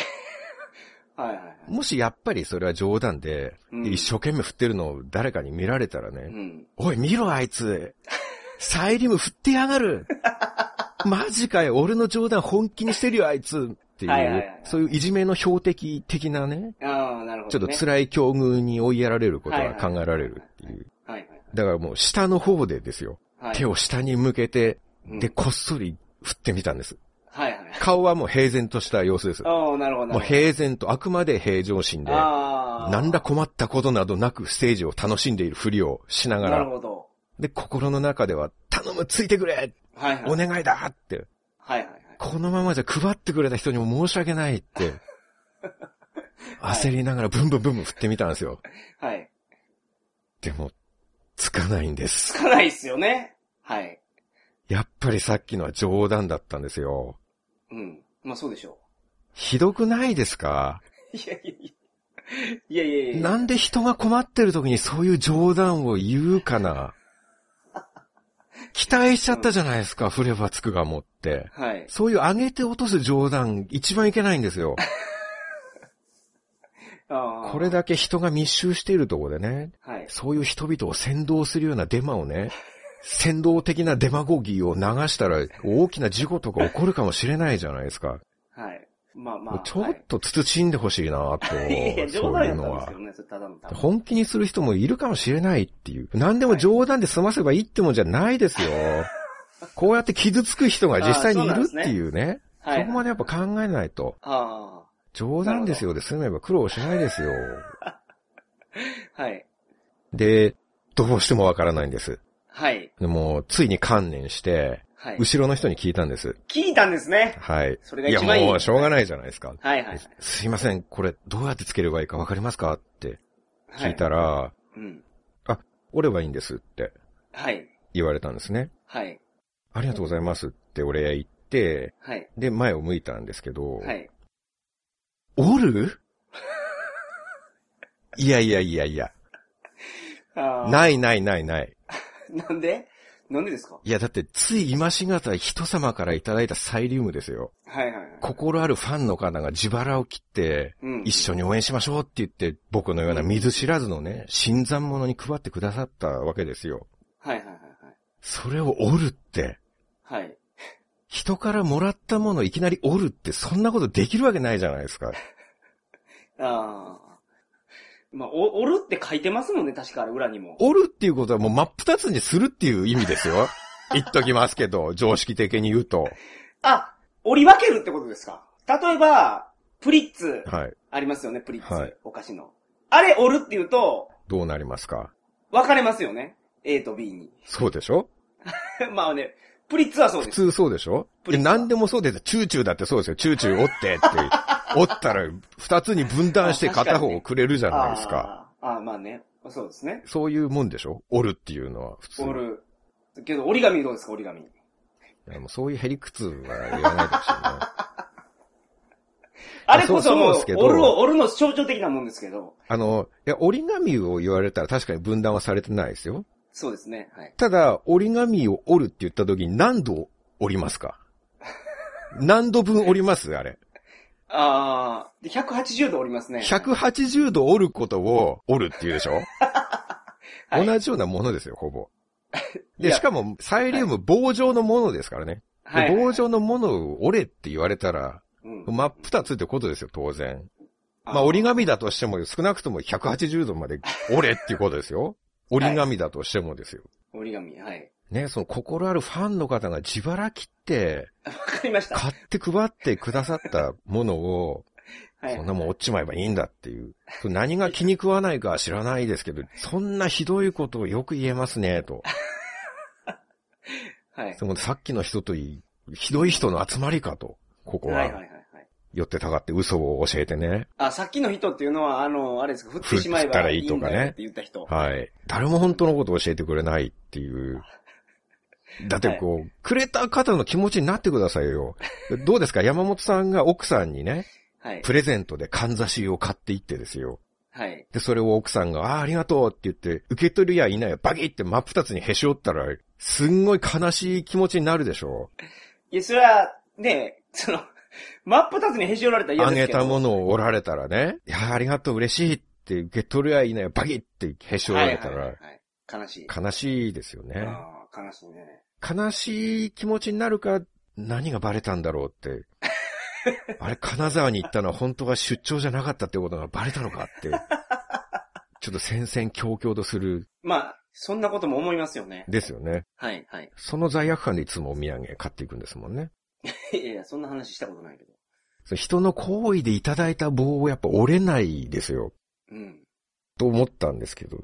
S2: <laughs> はいはいはい。
S3: もしやっぱりそれは冗談で、
S2: うん
S3: 一生懸命振ってるのを誰かに見られたら
S2: う
S3: ね、
S2: ん。
S3: おい見ろあいつサイリウム振ってや
S2: <laughs>
S3: がるマジかよ俺の冗談本気にしてるよあいつっていう、
S2: はいはいはい
S3: そういういじめの標的的なね、
S2: ああ、なるほ
S3: ちょ
S2: ど、
S3: っと
S2: ね。
S3: 辛い境遇に追いやられることが考えられるっていう。
S2: はい
S3: だからもう下の方でですよ。
S2: はい。
S3: 手
S2: を、
S3: を下に向けて、
S2: うん
S3: で、こっそり振ってみたんです。
S2: はいはい。
S3: 顔はもう平然とした様子です。
S2: おーなるほど。
S3: もう平然と、あくまで平常心で、
S2: ああ。
S3: なんだ困ったことなどなくステージを楽しんでいるふりをしなが
S2: なる
S3: ら、
S2: ほど。
S3: で、心の中では、頼む、ついてくれ
S2: はいはい。
S3: お願いだって、
S2: はいはいはい。
S3: このままじゃ配ってくれた人にも申し訳ない
S2: <laughs>
S3: って、焦りながらブンブンブンブン振ってみたんですよ。
S2: はい。
S3: でも、つかないんです。
S2: つかないっすよね。はい。
S3: やっぱりさっきのは冗談だったんですよ。
S2: うん。まあそうでしょ
S3: ひどくないですか
S2: う。 <laughs> いやいやいや。いやいやいや。
S3: なんで人が困ってる時にそういう冗談を言うかな期待しちゃったじゃないですか、振ればつくがもって。
S2: はい。
S3: そういう上げて落とす冗談、一番いけないんですよ。
S2: ああ。
S3: これ。だけ人が密集しているところでね、
S2: はい。
S3: そういう人々を先導するようなデマをね、先導的なデマゴギーを流したら大きな事故とか起こるかもしれないじゃないですか。
S2: はい。まあま
S3: もう
S2: あ。
S3: ちょ
S2: は
S3: っ
S2: い
S3: と慎んでほしいなと、そう
S2: い <laughs> やいや、冗
S3: い
S2: 談
S3: うの
S2: だったんですけど。ね、そ
S3: は
S2: れただの多分。
S3: 本気にする人もいるかもしれないっていう。何でも冗談で済ませばいいってもんじゃないです
S2: <laughs>
S3: よ。こうやって傷つく人が実際にいるっていうね。そ
S2: はい。
S3: こまでやっぱ考えないと。
S2: あ
S3: 冗談ですよで済めば苦労しないですよ。
S2: あ。はい。
S3: で、どうしてもわからないんです。
S2: はい。
S3: でもう、ついに観念して、
S2: はい。
S3: 後ろの人に聞いたんです。
S2: 聞いたんですね。
S3: はい。
S2: それが一番いい
S3: や、もうしょうがないじゃないですか。
S2: はいはい。
S3: すいません、これどうやってつければいいかわかりますかって
S2: は
S3: 聞いた。ら、
S2: うん。
S3: 折ればいいんですって
S2: はい。
S3: 言われたんですね。
S2: はい。
S3: ありがとうございますって俺へ言って、
S2: はい。
S3: で、前を向いたんですけど、
S2: はい。
S3: おるいやいやいやいや、
S2: ああ。
S3: ないないないない。
S2: なんでなんでですか
S3: いや、だって、つい今しがた人様からいただいたサイリウムですよ。
S2: はいはいはい。
S3: 心あるファンの方が自腹を切って、
S2: うん
S3: 一緒に応援しましょうって言って、僕のような見ず知らずのね、新参者に配ってくださったわけですよ。
S2: はいはいはい
S3: それを折るって、
S2: はい。はい。
S3: 人からもらったものをいきなり折るって、そんなことできるわけないじゃないですか。
S2: ああ。まあ、お、おるって書いてますもんね、確かあれ裏にも。
S3: 折るっていうことはもう真っ二つにするっていう意味で
S2: <laughs>
S3: すよ。言っときますけど、常識的に言うと。
S2: あ、折り分けるってことですか例えば、プリッツ、
S3: はい。
S2: ありますよね、プリッツ。
S3: はい
S2: お菓子の。あれ折るって言うと、
S3: どうなりますか
S2: 分かれますよね。A と B に。 <laughs>
S3: そうでしょ
S2: まあね、プリッツはそう
S3: 普
S2: です。
S3: 通そうでしょ
S2: プ
S3: いや
S2: リッツァ
S3: 何でもそうです。チューチューだってそうですよ。チューチュー折っ
S2: <laughs>
S3: てって。折ったら二つに分断して
S2: あ確かに
S3: 片方をくれるじゃないですか。
S2: あーあー、まあね。そうですね。
S3: そういうもんでしょ折るっていうのは普通。
S2: 折る。けど、折り紙どうですか、折り紙。
S3: いやもうそういうヘリクツは言わないでほしいね。
S2: あれこそもう
S3: そうそうですけど
S2: 折るを、折るの象徴的なもんですけど。
S3: あの、いや、折り紙を言われたら確かに分断はされてないですよ。
S2: そうですね。はい。
S3: ただ、折り紙を折るって言った時に何度折りますか何度分折りますあれ。
S2: ああ、で、180度折りますね。
S3: 180度折ることを折るって言うでしょ、
S2: <laughs> はい
S3: 同じようなものですよ、ほぼ。
S2: <laughs> い
S3: で、
S2: や
S3: しかも、サイリウム棒状のものですからね。
S2: は
S3: で
S2: い。
S3: 棒状のものを折れって言われたら、
S2: うん
S3: 真っ二つってことですよ、当然。まあ、折り紙だとしても、少なくとも180度まで折れっていうことで
S2: <laughs>
S3: すよ。折り紙だとしてもですよ。
S2: 折り紙、はい。
S3: ね、その心あるファンの方が自腹切って、
S2: わかりました。
S3: 買って配ってくださったものを、
S2: はい。
S3: そんなもん落ちちまえばいいんだっていう。何が気に食わないかは知らないですけど、そんなひどいことをよく言えますね、と。
S2: はい。
S3: そのさっきの人といい、ひどい人の集まりかと、ここ
S2: はいはいは
S3: は。
S2: いはい。
S3: 寄ってたかって嘘を教えてね。
S2: あ、さっきの人っていうのは、あの、あれですか、振ってしまえ
S3: 振った
S2: ば
S3: ら
S2: い
S3: い
S2: い
S3: い
S2: ん
S3: とかね
S2: だよって言った人。
S3: はい。誰も本当のことを教えてくれないっていう。だってこう、くれた方の気持ちになってくださいよ。どうですか山本さんが奥さんにね、
S2: はい。
S3: プレゼントでかんざしを買っていってですよ。
S2: はい。
S3: で、それを奥さんが、ああー、ありがとうって言って、受け取るやいないや、バキって真っ二つにへし折ったら、すんごい悲しい気持ちになるでしょ
S2: いや、それは、ね、その、真っ二つにへし折られたら
S3: あ
S2: 嫌で
S3: げ
S2: すけど。
S3: たものを折られたらね、いやー、ありがとう、嬉しいって受け取るやいないや、バキってへし折られた
S2: はいは
S3: ら
S2: い、はいはい、悲しい。
S3: 悲しいですよね。
S2: ああ、悲しいね。
S3: 悲しい気持ちになるか、何がバレたんだろ
S2: <laughs>
S3: うって。あれ、金沢に行ったのは本当は出張じゃなかったってことがバレたのかって。ちょっと戦々恐々とする、
S2: まあ、そんなことも思いますよね。
S3: ですよね。
S2: はい、はい。 <laughs>
S3: その罪悪感でいつもお土産買っていくんですもんね。
S2: いやいや、そんな話したことないけど。
S3: その人の行為でいただいた棒をやっぱ折れないですよ。
S2: うん。
S3: と思ったんですけど、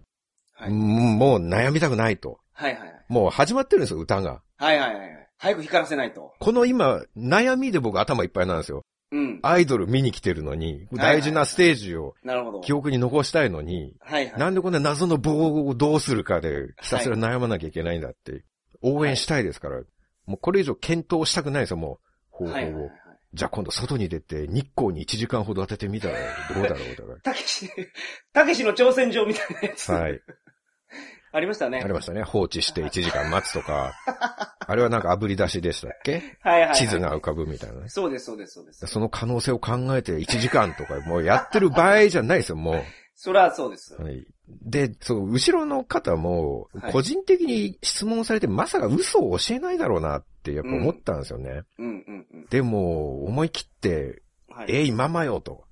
S2: はい。
S3: うんもう悩みたくないと。
S2: はいはいはい。
S3: もう始まってるんですよ、歌が。
S2: はいはいはいはい。早く光らせないと。
S3: この今、悩みで僕頭いっぱいなんですよ。
S2: うん。
S3: アイドル見に来てるのに、大事なステージを
S2: なるほど。
S3: 記憶に残したいのに、
S2: はいはい。
S3: なんでこんな謎の棒をどうするかで、ひたすら悩まなきゃいけないんだって、応援したいですから、もうこれ以上検討したくないですよ、もう、方
S2: はいはいはい
S3: 法
S2: はい
S3: を。。じゃあ今度外に出て、日光に1時間ほど当ててみたらどうだろう、だ
S2: たけし、 <laughs> たけしの挑戦状みたいなやつ。
S3: から。はい。
S2: ありましたね。
S3: ありましたね。放置して1時間待つとか、あれはなんか炙り出しでしたっけ
S2: はいはいはい。
S3: 地図が浮かぶみたいなね。
S2: そうです、そうです、そうです。
S3: その可能性を考えて1時間とか、もうやってる場合じゃないですよ、もう。
S2: そらそうです。
S3: はい。で、その後ろの方も
S2: はい、
S3: 個人的に質問されて、まさか嘘を教えないだろうなって、やっぱ思ったんですよね。
S2: うんうんうん。
S3: でも、思い切って、
S2: はい。
S3: えい、ママよと。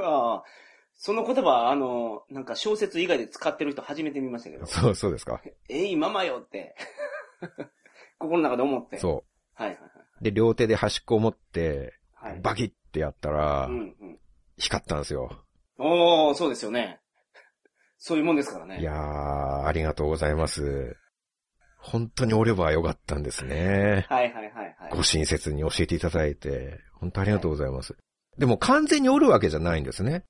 S2: ああその言葉、あの、なんか小説以外で使ってる人初めて見ましたけど、
S3: そう、そうですか。
S2: えいママよって、 <laughs> 心の中で思って。う。
S3: そ
S2: はいはいは
S3: う。で、両手で端っこを持って、
S2: いはい。
S3: バキってやったら
S2: う、んうん。
S3: 光ったんですよ。
S2: おー、そうですよね。そういうもんですからね。
S3: いやー、ありがとうございます。本当におればよかったんですね。
S2: はいはいはいはい。
S3: ご親切に教えていただいて、本当ありがとうございます。でも完全におるわけじゃないんですね。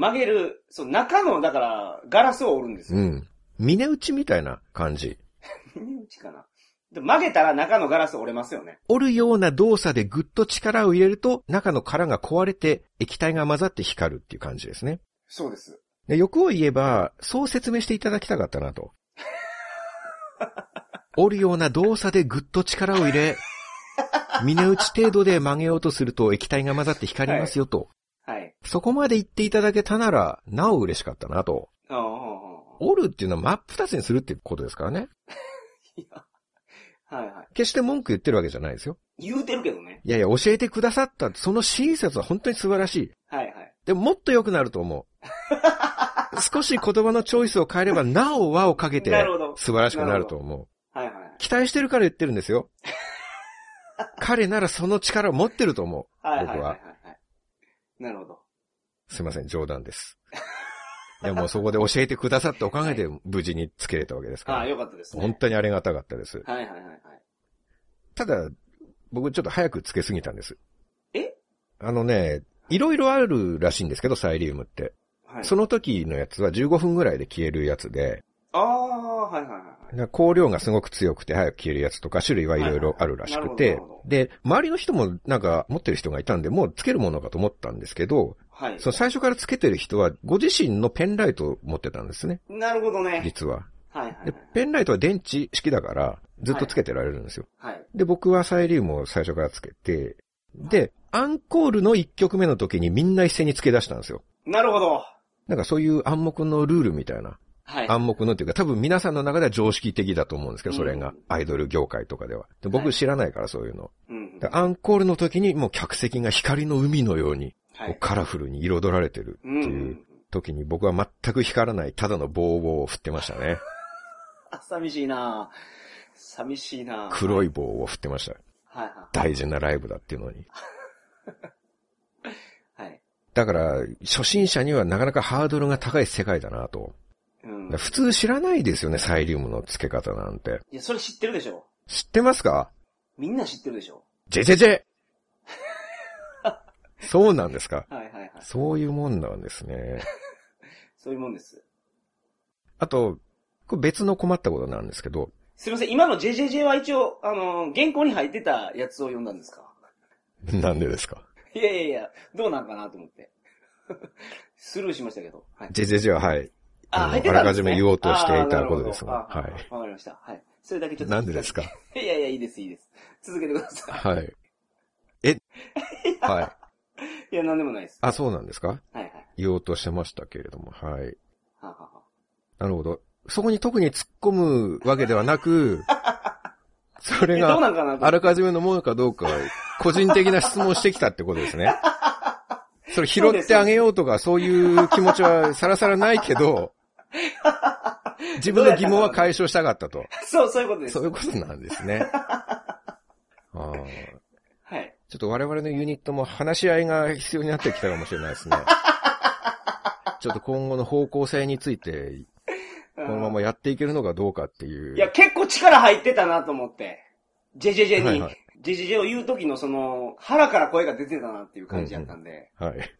S2: 曲げる、そう、中の、だから、ガラスを折るんです
S3: う
S2: よ。
S3: ん。峰打ちみたいな感じ。
S2: うちかな。で曲げたら中のガラス折れますよね。
S3: 折るような動作でぐっと力を入れると、中の殻が壊れて、液体が混ざって光るっていう感じですね。
S2: <laughs> そうです。
S3: で欲を言えば、そう説明していただきたかった
S2: <laughs>
S3: なと。折るような動作でぐっと力を入れ、峰打ち程度で曲げようとすると液体が混ざって光りますよと。
S2: はい。
S3: そこまで言っていただけたなら、なお嬉しかったなと。
S2: ああ、あああ
S3: 折るっていうのは真っ二つにするってことですからね。
S2: あはいはい。
S3: 決して文句言ってるわけじゃないですよ。
S2: 言うてるけどね。
S3: いやいや、教えてくださった、その親切は本当に素晴らしい。
S2: はいはい。
S3: でももっと良くなると思
S2: <laughs>
S3: う。少し言葉のチョイスを変えれば、なお輪をかけて
S2: なるほど、
S3: 素晴らしくなると思う。
S2: はいはいはい。
S3: 期待してるから言ってるんですよ。彼ならその力を持ってると思
S2: はい
S3: 僕は
S2: はい。なるほど。
S3: う。すいません、冗談です。でもそこで教えてくださったおかげで無事につけれたわけですか
S2: あ
S3: ら
S2: あ、。よかったですね。
S3: 本当にありがたかったです。
S2: はいはいはいはい。
S3: ただ、僕ちょっと早くつけすぎたんです。
S2: え
S3: あのね、いろいろあるらしいんですけど、サイリウムって。
S2: はい。
S3: その時のやつは15分ぐらいで消えるやつで、
S2: ああ、はいはいはいはい。
S3: だから香料がすごく強くて早く消えるやつとか種類はいろいろあるらしく
S2: はいはいな
S3: て
S2: るほどなるほ、ど
S3: で、周りの人もなんか持ってる人がいたんで、もうつけるものかと思ったんですけど、
S2: はい。
S3: その最初からつけてる人はご自身のペンライトを持ってたんですね、
S2: なるほどね。
S3: 実は。
S2: はいはい
S3: で、ペンライトは電池式だからずっとつけてられるんですよ。
S2: はい。はい。
S3: で、僕はサイリウムを最初からつけて、で、アンコールの1曲目の時にみんな一斉に付け出したんですよ。
S2: なるほど。
S3: なんかそういう暗黙のルールみたいな。
S2: はい。
S3: 暗黙のっていうか、多分皆さんの中では常識的だと思うんですけど、それ
S2: う
S3: が
S2: ん。
S3: アイドル業界とかでは。で
S2: は
S3: 僕
S2: い
S3: 知らないからそういうの。
S2: うん。
S3: でアンコールの時にもう客席が光の海のように、
S2: は
S3: こうカラフルに彩られてるって
S2: うんう。
S3: いうん時に僕は全く光らないただの棒を振ってまし
S2: <laughs>
S3: たね。
S2: あ、寂しいな寂しいな
S3: 黒
S2: い。
S3: い棒を振ってました。
S2: はいは
S3: 大事なライブだっていうのに。
S2: い。はい。
S3: だから、初心者にはなかなかハードルが高い世界だなと。
S2: うん。
S3: 普通知らないですよね、サイリウムの付け方なんて。
S2: いや、それ知ってるでしょ。
S3: 知ってますか
S2: みんな知ってるでしょ。
S3: ジェジェジ
S2: <laughs>
S3: ェそうなんですか
S2: はいはいはい。
S3: そういうもんなんですね。
S2: そういうもんです。
S3: あと、これ別の困ったことなんですけど、
S2: すいません、今の JJJ は一応、あのー原稿に入ってたやつを読んだんですか
S3: なんでですか
S2: いやいやいや、どうなんかなと思って。 <laughs> スルーしましたけど。はい。
S3: ジェジェジェははい。あの
S2: 入ってたん
S3: あらかじめ言おうとしていたことですが
S2: あーなるほど
S3: は
S2: あーわかりました。はい。それだけちょっと。
S3: なんでですか
S2: いやいや、いいです、いいです。続けてくださ
S3: はい。えはい。
S2: い。いや、なんでもないです。
S3: あ、そうなんですか
S2: はいはい。
S3: 言おうとしてましたけれども、はい。
S2: はあはあは
S3: なるほど。そこに特に突っ込むわけではなく、そ
S2: あ
S3: れ
S2: いやどうな
S3: が
S2: んかなと
S3: あらかじめのものかどうか、個人的な質問してきたってことですね。それ拾ってあげようとか、そういう気持ちはさらさらないけど、自分の疑問は解消したかったと。
S2: そう、そういうことです。
S3: そういうことなんですね。あー
S2: はい。
S3: ちょっと我々のユニットも話し合いが必要になってきたかもしれないですね。ちょっと今後の方向性について、
S2: こ
S3: このままやっていけるのかどうかっていう。
S2: いや、結構力入ってたなと思って。JJJ に、
S3: はいはい
S2: JJJ を言う時のその、腹から声が出てたなっていう感じやったんで。
S3: はい。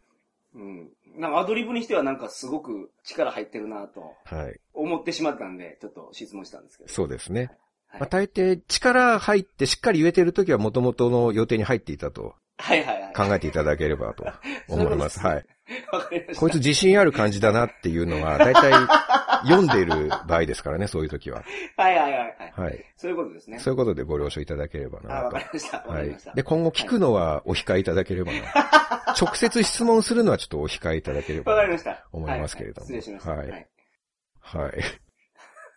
S2: うん。なんかアドリブにしてはなんかすごく力入ってるなと
S3: はい。
S2: 思ってしまったんで、ちょっと質問したんですけど。
S3: そうですね。
S2: はい
S3: まあ、大抵、力入ってしっかり言えてるときは元々の予定に入っていたと
S2: はいはいはい。
S3: 考えていただければと思いま
S2: <laughs>
S3: す。
S2: そうで
S3: はい。
S2: わかりました。
S3: こいつ自信ある感じだなっていうのは、大体読んでいる場合ですからね、そういう時は。
S2: はいはいはいはい。
S3: はい。
S2: そういうことですね。
S3: そういうことでご了承いただければ
S2: あ、わ
S3: な
S2: かりました。
S3: と。
S2: わか
S3: は
S2: りま
S3: い
S2: した。。
S3: で、今後聞くのはお控えいただければな。直接質問するのはちょっとお控えいただければ
S2: わ
S3: な
S2: かりました。
S3: 思いますけれども
S2: はいはい失礼しました。
S3: はい
S2: はい。
S3: はい。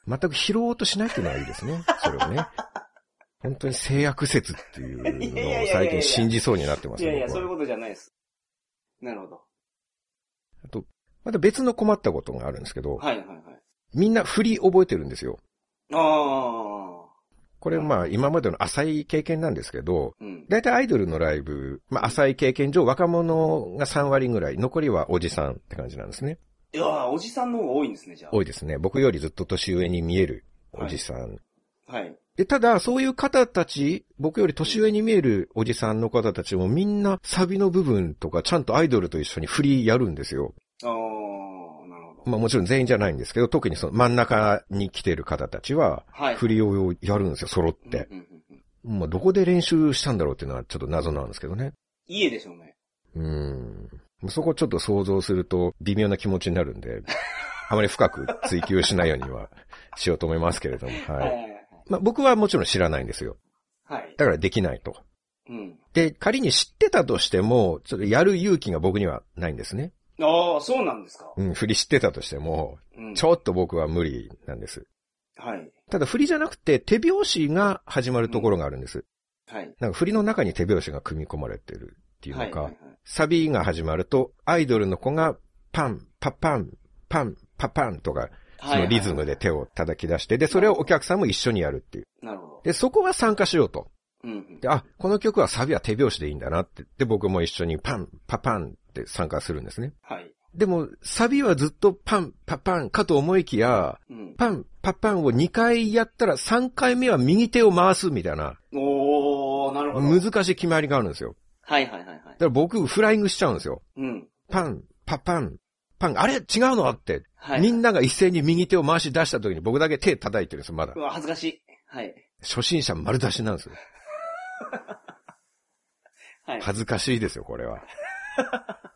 S3: 全く拾おうとしないっていうのはいいですね。それをね。本当に制約説っていうのを最近信じそうになってます
S2: いやい
S3: ね
S2: や、。そういうことじゃないです。なるほど。
S3: あと、また別の困ったことがあるんですけど、
S2: はいはいはい。
S3: みんな振り覚えてるんですよ。
S2: ああ。
S3: これまあ今までの浅い経験なんですけど、
S2: うん。
S3: だいたいアイドルのライブ、まあ浅い経験上若者が3割ぐらい、残りはおじさんって感じなんですね。
S2: いやーおじさんの方が多いんですね、じゃあ。
S3: 多いですね。僕よりずっと年上に見えるおじさん
S2: はい。
S3: で、ただ、そういう方たち、僕より年上に見えるおじさんの方たちもみんなサビの部分とかちゃんとアイドルと一緒に振りやるんですよ。
S2: ああ、なるほど。
S3: まあもちろん全員じゃないんですけど、特にその真ん中に来てる方たちは、
S2: はい。
S3: 振りをやるんですよ、揃っ
S2: うん
S3: て。
S2: うんうんうん
S3: まあどこで練習したんだろうっていうのはちょっと謎なんですけどね。
S2: 家でしょうね。
S3: うん。そこちょっと想像すると微妙な気持ちになる
S2: <laughs>
S3: んで、あまり深く追求しないようにはしようと思いますけれども、
S2: はい
S3: はい。
S2: はいはい
S3: まあ僕はもちろん知らないんですよ。
S2: はい。はい。
S3: だからできないと。
S2: うん。
S3: で、仮に知ってたとしても、ちょっとやる勇気が僕にはないんですね。
S2: ああ、そうなんですか。
S3: うん、振り知ってたとしても、
S2: うん。
S3: ちょっと僕は無理なんです。
S2: はい。
S3: ただ振りじゃなくて手拍子が始まるところがあるんです。
S2: はい。
S3: なんか振りの中に手拍子が組み込まれてるっていう
S2: は
S3: の
S2: い。
S3: か、
S2: はい
S3: サビが始まるとアイドルの子がパン、パッパン、パン、パッパンとか、そのリズムで。手を叩き出して、で、それをお客さんも一緒にやるっていう。
S2: なるほど。
S3: で、そこは参加しようと。
S2: うんうん。
S3: で、あ、この曲はサビは手拍子でいいんだなって、で、僕も一緒にパン、パパンって参加するんですね。
S2: はい。
S3: でも、サビはずっとパン、パパンかと思いきや、
S2: うん。
S3: パン、パパンを2回やったら3回目は右手を回すみたいな、
S2: おー、なるほど。
S3: 難しい決まりがあるんですよ。
S2: はいはいはいはい。
S3: だから僕、フライングしちゃうんですよ。
S2: うん。
S3: パン、パパン、パン、あれ違うのって、
S2: はい。
S3: みんなが一斉に右手を回し出した時に僕だけ手叩いてるんですよ、まだ
S2: う。わ、恥ずかしい。はい。
S3: 初心者丸出しなんですよ。
S2: はい。はい
S3: 恥ずかしいですよ、これは。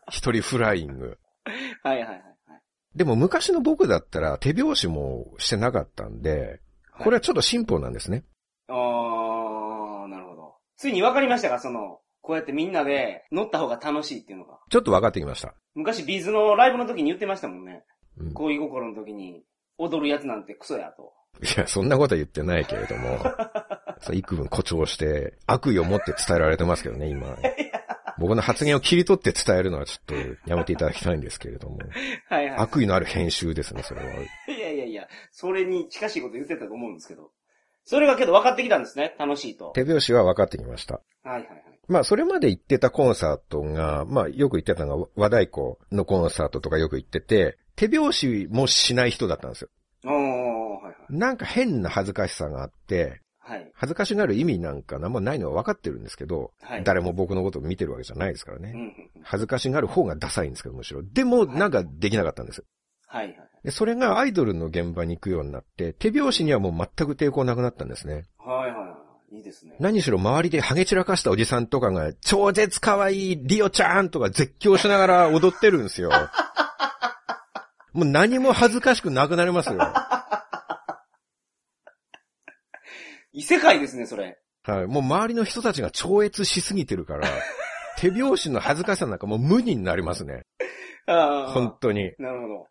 S3: 一人フライング。
S2: はいはいはい。
S3: でも昔の僕だったら手拍子もしてなかったんで、これはちょっと進歩なんですね。
S2: あー、なるほど。ついに分かりましたかその、こうやってみんなで乗った方が楽しいっていうのが。
S3: ちょっと分かってきました。
S2: 昔ビーズのライブの時に言ってましたもんね。
S3: うん
S2: 恋心の時に踊るやつなんてクソやと。
S3: いや、そんなことは言ってないけれ
S2: <laughs>
S3: ども、そう幾分誇張して、悪意を持って伝えられてますけどね、今。僕の発言を切り取って伝えるのはちょっとやめていただきたいんですけれども、
S2: はいはい。
S3: 悪意のある編集ですね、それは。
S2: いやいやいや、それに近しいこと言ってたと思うんですけど。それがけど分かってきたんですね。楽しいと。
S3: 手拍子は分かってきました。
S2: はいはいはい。
S3: まあ、それまで行ってたコンサートが、まあ、よく行ってたのが、和太鼓のコンサートとかよく行ってて、手拍子もしない人だったんですよ。
S2: おー、はい
S3: なんか変な恥ずかしさがあって、
S2: はい。はい。
S3: 恥ずかしがる意味なんか何もないのは分かってるんですけど、
S2: はい
S3: 誰も僕のことを見てるわけじゃないですから
S2: うん
S3: ね。
S2: うんうん。
S3: 恥ずかしがる方がダサいんですけど、むしろ。でも、なんかできなかったんです。
S2: はいはい。
S3: でそれがアイドルの現場に行くようになって、手拍子にはもう全く抵抗なくなったんですね。
S2: はいはいはい。いいですね。
S3: 何しろ周りでハゲ散らかしたおじさんとかが、超絶可愛いリオちゃんとか絶叫しながら踊ってるんですよ。もう何も恥ずかしくなくなりますよ。は
S2: 異世界ですね、それ。
S3: い。もう周りの人たちが超越しすぎてるから、手拍子の恥ずかしさなんかもう無になりますね。
S2: あ
S3: 本当に。
S2: なるほど。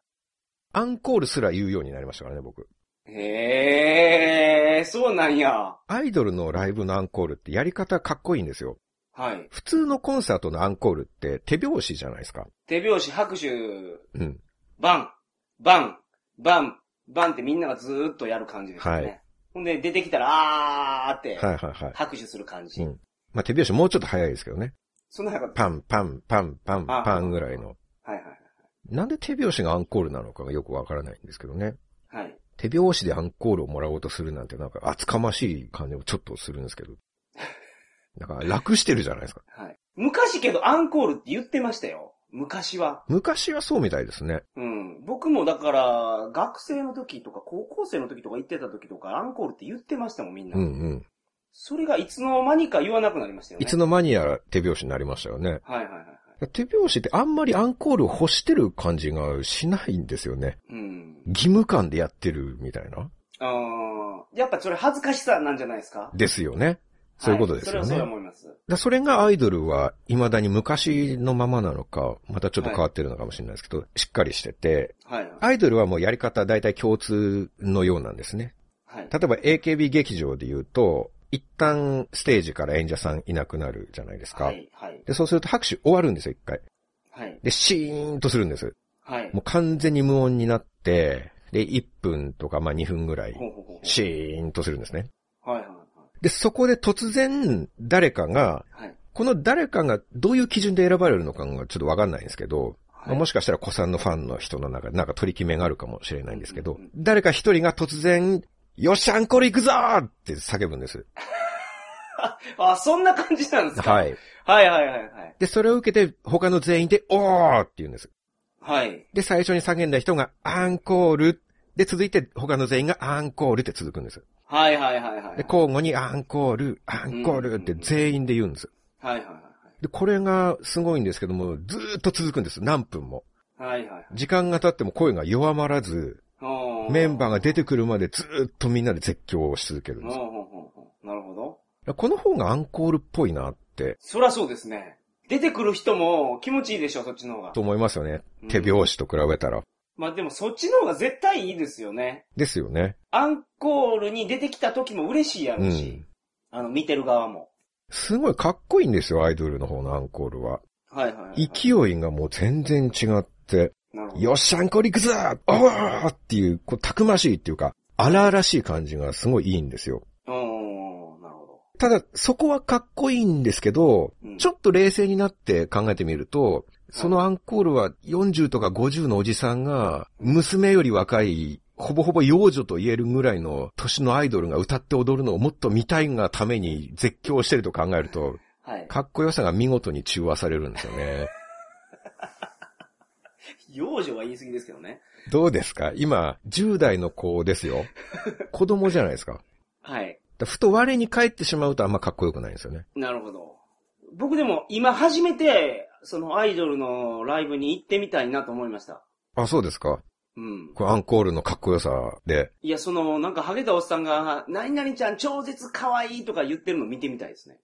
S3: アンコールすら言うようになりましたからね、僕。
S2: へえ、そうなんや。
S3: アイドルのライブのアンコールってやり方かっこいいんですよ。
S2: はい。
S3: 普通のコンサートのアンコールって手拍子じゃないですか。
S2: 手拍子、拍手、
S3: うん。
S2: バン、バン、バン、バンってみんながずーっとやる感じですよね。
S3: はい
S2: ほんで、出てきたら、あーって、
S3: はいはいはい。
S2: 拍手する感じ。
S3: うんまあ、手拍子もうちょっと早いですけどね。
S2: そんな中、
S3: パン、パン、パン、パン、
S2: あ
S3: パンぐらいの。
S2: はい
S3: なんで手拍子がアンコールなのかがよくわからないんですけどね。
S2: はい。はい。
S3: 手拍子でアンコールをもらおうとするなんてなんか厚かましい感じもちょっとするんですけど。なんか楽してるじゃないですか。
S2: はい。昔けどアンコールって言ってましたよ。昔は。
S3: 昔はそうみたいですね。
S2: うん。僕もだから、学生の時とか、高校生の時とか行ってた時とか、アンコールって言ってましたもん、みんな。
S3: うんうん。
S2: それがいつの間にか言わなくなりましたよね。
S3: いつの間にや手拍子になりましたよね。
S2: はいはいはいはい。
S3: 手拍子ってあんまりアンコールを欲してる感じがしないんですよね。
S2: うん。
S3: 義務感でやってるみたいな。
S2: あーやっぱそれ恥ずかしさなんじゃないですか
S3: ですよね。そういうことですよね。
S2: はいそれはそう思います。
S3: だそれがアイドルは未だに昔のままなのか、またちょっと変わってるのかもしれないですけど、しっかりしてて、
S2: はいはい。
S3: アイドルはもうやり方大体共通のようなんですね。
S2: はい。
S3: 例えば AKB 劇場で言うと、一旦ステージから演者さんいなくなるじゃないですか。
S2: はいはい。
S3: でそうすると拍手終わるんですよ、一回。
S2: はい。
S3: で、シーンとするんです。
S2: はい。
S3: もう完全に無音になって、で、1分とかまあ2分ぐらい、
S2: ほうほうほう
S3: シーンとするんですね。
S2: ほうはいはいは
S3: で、そこで突然誰かが、
S2: い。はい。
S3: この誰かがどういう基準で選ばれるのかがちょっとわかんないんですけど、
S2: はい
S3: まあもしかしたら子さんのファンの人の中でなんか取り決めがあるかもしれないんですけ
S2: うん
S3: ど
S2: うん、
S3: 誰か一人が突然、よっしゃ、アンコール行くぞーって叫ぶんです。
S2: あ、そんな感じなんですか
S3: はい。
S2: はいはいはいはい。
S3: で、それを受けて他の全員で、おーって言うんです。
S2: はい。
S3: で、最初に叫んだ人が、アンコール。で、続いて他の全員が、アンコールって続くんです。
S2: はいはいはいはい。
S3: で、交互に、アンコール、アンコールって全員で言うんです。
S2: はいはいはい
S3: で、これがすごいんですけども、ずーっと続くんです。何分も。
S2: はい。はいはいはい。
S3: 時間が経っても声が弱まらず、
S2: ほう
S3: メンバーが出てくるまでずーっとみんなで絶叫をし続けるん
S2: ほ
S3: で
S2: う
S3: す
S2: ほうほうほうなるほど。
S3: よ。この方がアンコールっぽいなって、
S2: そらそうですね。出てくる人も気持ちいいでしょ、そっちの方が
S3: と。思いますよね
S2: うん。
S3: 手拍子と比べたら。
S2: まあでもそっちの方が絶対いいですよね。
S3: ですよね。
S2: アンコールに出てきた時も嬉しいや
S3: う
S2: ろうし、
S3: ん。
S2: あの、見てる側も。
S3: すごいかっこいいんですよ、アイドルの方のアンコールは。
S2: はいはい、はい。
S3: 勢いがもう全然違って、
S2: なるほど。
S3: よっしゃ、アンコール行くぞおーっていう、こう、たくましいっていうか、荒々しい感じがすごいいいんですよ。
S2: おーなるほど。
S3: ただ、そこはかっこいいんですけど、
S2: うん
S3: ちょっと冷静になって考えてみると、そのアンコールは40とか50のおじさんが、娘より若い、ほぼほぼ幼女と言えるぐらいの年のアイドルが歌って踊るのをもっと見たいがために絶叫してると考えると、
S2: はい。
S3: かっこよさが見事に中和されるんですよね。
S2: 幼女は言い過ぎですけどね。
S3: どうですか今、10代の子ですよ。子供じゃないですか。だか
S2: はい。
S3: らふと我に返ってしまうとあんまかっこよくないんですよね。
S2: なるほど。僕でも今初めて、そのアイドルのライブに行ってみたいなと思いました。
S3: あ、そうですか。
S2: うん。
S3: これアンコールのかっこよさで、
S2: いや、その、なんかハゲたおっさんが、何々ちゃん超絶可愛いとか言ってるの見てみたいですね。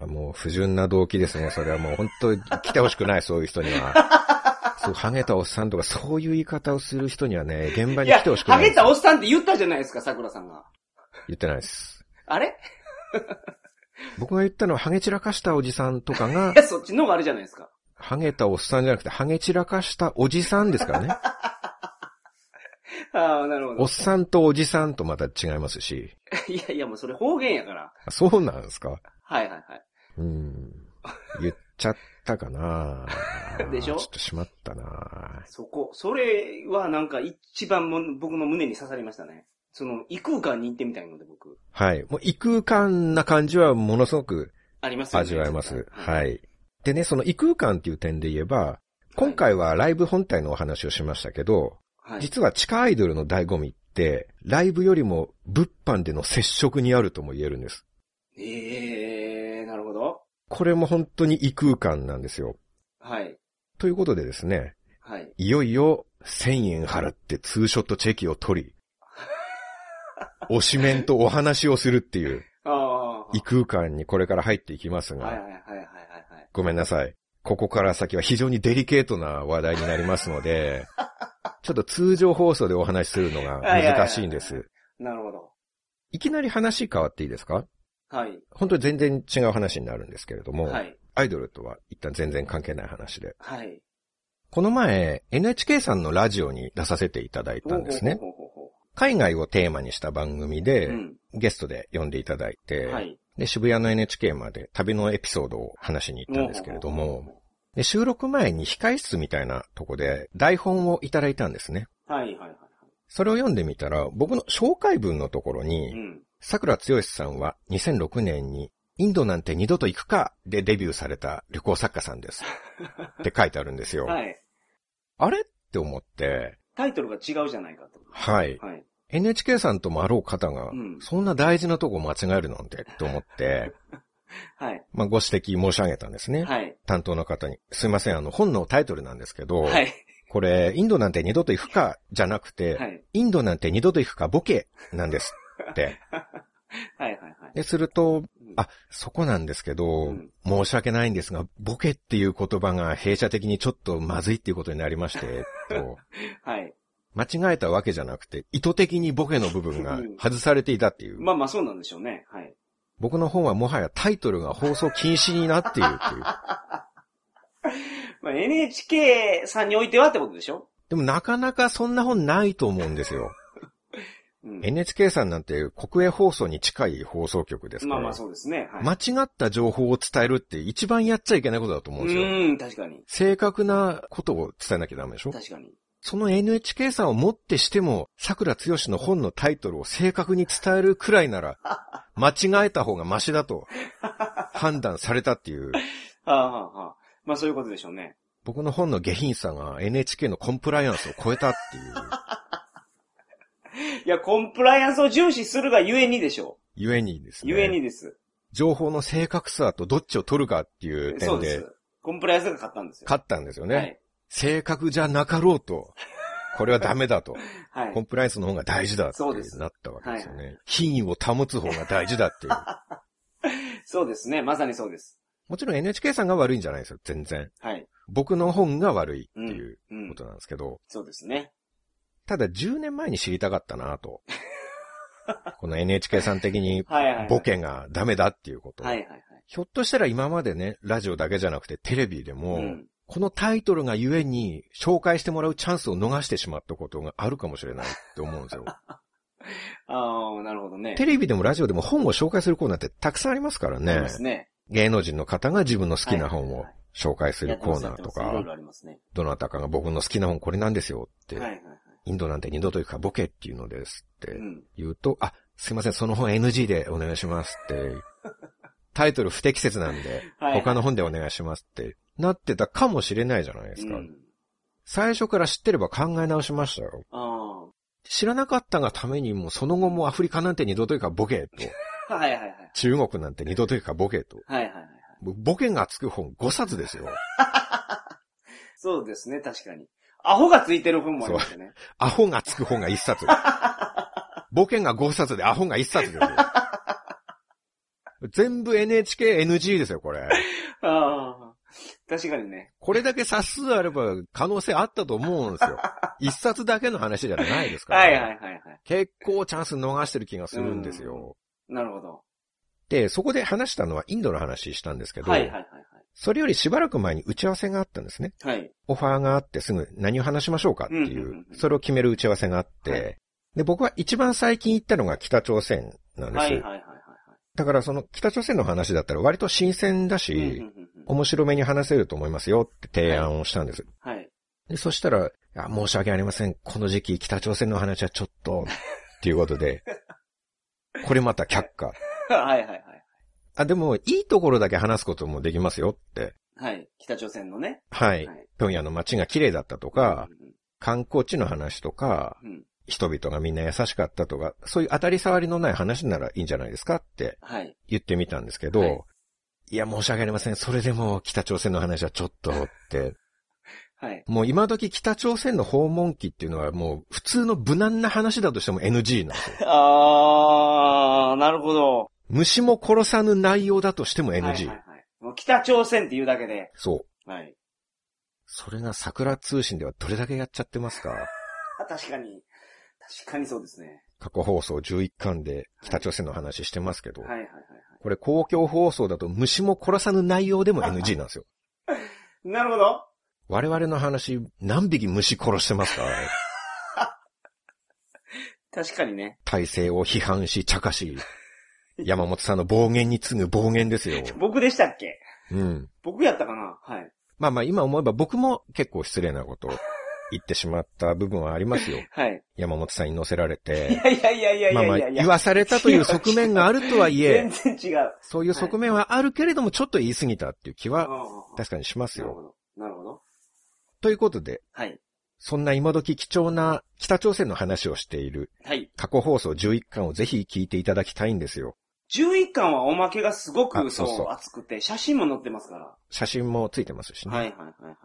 S3: あもう不純な動機ですね。それはもう本当に来てほしくない、そういう人には。
S2: <laughs>
S3: そう、ハゲたおっさんとかそういう言い方をする人にはね、現場
S2: い
S3: に
S2: や、
S3: 来てほしくな
S2: ハ
S3: い
S2: ゲ。たおっさんって言ったじゃないですか、桜さんが。
S3: 言ってないです。
S2: あれ <laughs>
S3: 僕が言ったのはハゲ散らかしたおじさんとかが
S2: い、や、そっちの方があるじゃないですか。
S3: ハゲたおっさんじゃなくてハゲ散らかしたおじさんで
S2: <laughs>
S3: すからね。
S2: ああ、なるほ
S3: お
S2: ど
S3: っ。さんとおじさんとまた違いますし。
S2: いやいや、もうそれ方言やから。
S3: そうなんですか
S2: はいはいはい。
S3: うん。言っちゃったかな
S2: でしょ
S3: ちょっとしまったな
S2: そこ、それはなんか一番も僕の胸に刺さりましたね。その、異空間に行ってみたいので僕、
S3: はい。もう異空間な感じはものすごく
S2: ありますよね。
S3: 味わえます。
S2: 絶対
S3: はい。でね、その異空間っていう点で言えば、今回はライブ本体のお話をしましたけど、
S2: はい。
S3: 実は地下アイドルの醍醐味って、ライブよりも物販での接触にあるとも言えるんです。
S2: ええー、なるほど。
S3: これも本当に異空間なんですよ。
S2: はい。
S3: ということでですね、
S2: はい。
S3: いよいよ1000円払ってツーショットチェキを取
S2: <laughs>
S3: り、推しメンとお話をするっていう
S2: ああ。は
S3: 異
S2: い
S3: 空間にこれから入っていきます
S2: はいはい
S3: が、
S2: はいはいはい。
S3: ごめんなさい。ここから先は非常にデリケートな話題になります
S2: <laughs>
S3: ので、ちょっと通常放送でお話しするのが難しいんで
S2: はい
S3: す。
S2: なるほど。
S3: いきなり話変わっていいですか
S2: はい。
S3: 本当に全然違う話になるんですけれども、
S2: はい。
S3: アイドルとは一旦全然関係ない話で。
S2: はい。
S3: この前、NHK さんのラジオに出させていただいたんですね。
S2: ほうほうほうほ
S3: 海外をテーマにした番組で、
S2: う。うん。
S3: ゲストで呼んでいただいて、
S2: はい。
S3: で、渋谷の NHK まで旅のエピソードを話しに行ったんですけれど
S2: ほうほう
S3: も、
S2: ほ
S3: で収録前に控室みたいなとこで台本をいただいたんですね。
S2: う。はいはいはいは
S3: それを読んでみたら、僕の紹介文のところ
S2: い。う
S3: に、
S2: ん。
S3: 桜剛さんは2006年に、インドなんて二度と行くかでデビューされた旅行作家さん
S2: <laughs>
S3: です。って書いてあるんですよ。
S2: はい。
S3: あれって思って、
S2: タイトルが違うじゃないかと。
S3: はい。
S2: はい。
S3: NHK さんともあろう方が
S2: うん、
S3: そんな大事なとこ間違えるなんてって
S2: <laughs>
S3: 思って、
S2: はい。
S3: まあご指摘申し上げたんですね。
S2: はい。
S3: 担当の方に。すいません、あの本のタイトルなんですけど、
S2: はい。
S3: これ、インドなんて二度と行くかじゃなくて、
S2: はい。 <laughs>
S3: インドなんて二度と行くかボケなんですって。
S2: はいはいはい。
S3: で、する
S2: う
S3: と、
S2: ん
S3: あ、そこなんですけど、
S2: うん
S3: 申し訳ないんですが、ボケっていう言葉が弊社的にちょっとまずいっていうことになりまして、と、
S2: はい。
S3: 間違えたわけじゃなくて、意図的にボケの部分が外されていたっていう。
S2: まあまあそうなんでしょうね。はい。
S3: 僕の本はもはやタイトルが放送禁止になっているって
S2: <laughs>
S3: いう。
S2: まあ NHK さんにおいてはってことでしょ
S3: でもなかなかそんな本ないと思うんですよ。
S2: うん。
S3: NHK さんなんて国営放送に近い放送局ですか
S2: ま
S3: ら。
S2: あまあそうですね。はい。
S3: 間違った情報を伝えるって一番やっちゃいけないことだと思う
S2: うん
S3: ですよ。
S2: ーん、確かに。
S3: 正確なことを伝えなきゃダメでしょ
S2: 確かに。
S3: その NHK さんをもってしても、桜剛の本のタイトルを正確に伝えるくら
S2: <laughs>
S3: いなら、間違えた方がマシだと判断されたっていう、
S2: はあ、はあはあ、まあそういうことでしょうね。
S3: 僕の本の下品さが NHK のコンプライアンスを超えたっていう、
S2: いや、コンプライアンスを重視するがゆえにでしょ
S3: ゆえにです
S2: う。
S3: ね。
S2: ゆえにです。
S3: 情報の正確さとどっちを取るかっていう
S2: そ
S3: 点
S2: うで、。
S3: です
S2: コンプライアンスが勝ったんですよ。
S3: 勝ったんですよね。
S2: はい。
S3: 正確じゃなかろうと、これはダメだと。
S2: はい
S3: コ。ンプライアンスの方が大事だって
S2: そうです
S3: なったわけですよ
S2: は
S3: ね。品位を保つ方が大事だって
S2: <laughs>
S3: いう。
S2: そうですね。まさにそうです。
S3: もちろん NHK さんが悪いんじゃないですよ、全然。
S2: はい。
S3: 僕の本が悪いっていう
S2: う
S3: こ
S2: ん。
S3: となんですけど、
S2: そうですね。
S3: ただ10年前に知りたかった
S2: <laughs>
S3: なと。この NHK さん的に
S2: はいはいはい
S3: ボケがダメだっていうこと。
S2: はいはいはい。
S3: ひょっとしたら今までね、ラジオだけじゃなくてテレビでも、
S2: うん。
S3: このタイトルがゆえに紹介してもらうチャンスを逃してしまったことがあるかもしれないって思うん
S2: <laughs>
S3: ですよ。
S2: ああ、なるほどね。
S3: テレビでもラジオでも本を紹介するコーナーってたくさんありますから
S2: あり
S3: ね
S2: ま。すね。
S3: 芸能人の方が自分の好きな本
S2: はい
S3: を
S2: はいはい
S3: 紹介するコーナ
S2: や
S3: ーと
S2: ってますやってますいろい
S3: か
S2: ろ、ありますね。
S3: どなたかが僕の好きな本これなんですよっ
S2: はいは
S3: て、
S2: いはい。
S3: インドなんて二度と行くかボケっていうのですって
S2: うん。
S3: 言うと、あ、すいません、その本 NG でお願いします
S2: <laughs>
S3: って、タイトル不適切なんで、
S2: はいはい
S3: 他の本でお願いしますってなってたかもしれないじゃないです
S2: う
S3: か。
S2: ん。
S3: 最初から知ってれば考え直しましたよ。
S2: あ
S3: 知らなかったがためにも、その後もアフリカなんて二度というかボケ
S2: あ。
S3: と、
S2: はいはいはい。
S3: 中国なんて二度というかボケと、
S2: はいはいはい。
S3: 僕ボケがつく本5冊ですよ。
S2: そうですね、確かに。アホがついてる本もありますよね。
S3: アホがつく本が1冊。
S2: <laughs>
S3: ボケが5冊でアホが1冊ですよ。全部 NHKNG ですよ、これ。
S2: ああ。確かにね。
S3: これだけ冊数あれば可能性あったと思うんですよ。1冊だけの話じゃないですから、
S2: はいはいはいはい。
S3: 結構チャンス逃してる気がするんですよ。
S2: なるほど。
S3: で、そこで話したのはインドの話したんですけど、
S2: はいはいはい
S3: それよりしばらく前に打ち合わせがあったんですね。
S2: はい。はい。
S3: オファーがあってすぐ何を話しましょうかってい
S2: うんうん
S3: う
S2: うんう、ん
S3: それを決める打ち合わせがあっ
S2: は
S3: て、で、僕は一番最近行ったのが北朝鮮なんで
S2: はいはい
S3: す。
S2: はいはいは
S3: だからその北朝鮮の話だったら割と新鮮だ
S2: い。うんうん
S3: し、
S2: うんうん
S3: 面白めに話せると思いますよって提案をしたんです。
S2: はい。
S3: で、そしたら、いや申し訳ありません。この時期、北朝鮮の話はちょっと、っていうこ
S2: <laughs>
S3: とで、これまた却下。
S2: はいはいはい。
S3: あ、でも、いいところだけ話すこともできますよって。
S2: はい。北朝鮮のね。
S3: はい。平壌の街が綺麗だったとか、
S2: うん
S3: 観光地の話とか、
S2: うん。
S3: 人々がみんな優しかったとか、そういう当たり障りのない話ならいいんじゃないですかって
S2: はい。
S3: 言ってみたんですけど、
S2: はい
S3: い、や、申し訳ありません。それでも北朝鮮の話はちょっとって、
S2: はい。 <laughs>
S3: もう今時北朝鮮の訪問期っていうのはもう普通の無難な話だとしても NG なんですよ。
S2: あー、なるほど。
S3: 虫も殺さぬ内容だとしても NG。
S2: はいはいはい。もう北朝鮮って言うだけで。
S3: そう。
S2: はい。
S3: それが桜通信ではどれだけやっちゃってますか
S2: あ確かに。確かにそうですね。
S3: 過去放送11巻で北朝鮮の話してますけど、
S2: はいはいはいはい。
S3: これ公共放送だと虫も殺さぬ内容でも NG なんですよ。
S2: なるほど。
S3: 我々の話、何匹虫殺して
S2: <laughs>
S3: ますか
S2: 確かにね。
S3: 体制を批判し、茶化し、山本さんの暴言に次ぐ暴言ですよ。
S2: 僕でしたっけ
S3: うん。
S2: 僕やったかなはい。
S3: まあまあ今思えば僕も結構失礼なことを言ってしまった部分はありますよ。
S2: はい。 <laughs>
S3: 山本さんに乗せられ
S2: い
S3: て。
S2: やいやいやいやい
S3: まあま
S2: や
S3: あ
S2: いやいや。
S3: 言わされたという側面があるとはいえ、
S2: 全然違う。
S3: そういう側面はあるけれどもちょっと言い過ぎたっていう気は
S2: うん
S3: 確かにします
S2: なるほ
S3: よ。
S2: ど。なるほど。
S3: ということで、
S2: はい。
S3: そんな今時貴重な北朝鮮の話をしている
S2: はい。
S3: 過去放送11巻をぜひ聞いていただきたいんですよ。
S2: 11巻はおまけがすごく
S3: あ
S2: そう
S3: そうそう
S2: 熱くて、写真も載ってますから。
S3: 写真もついてますしね。
S2: はいはいはい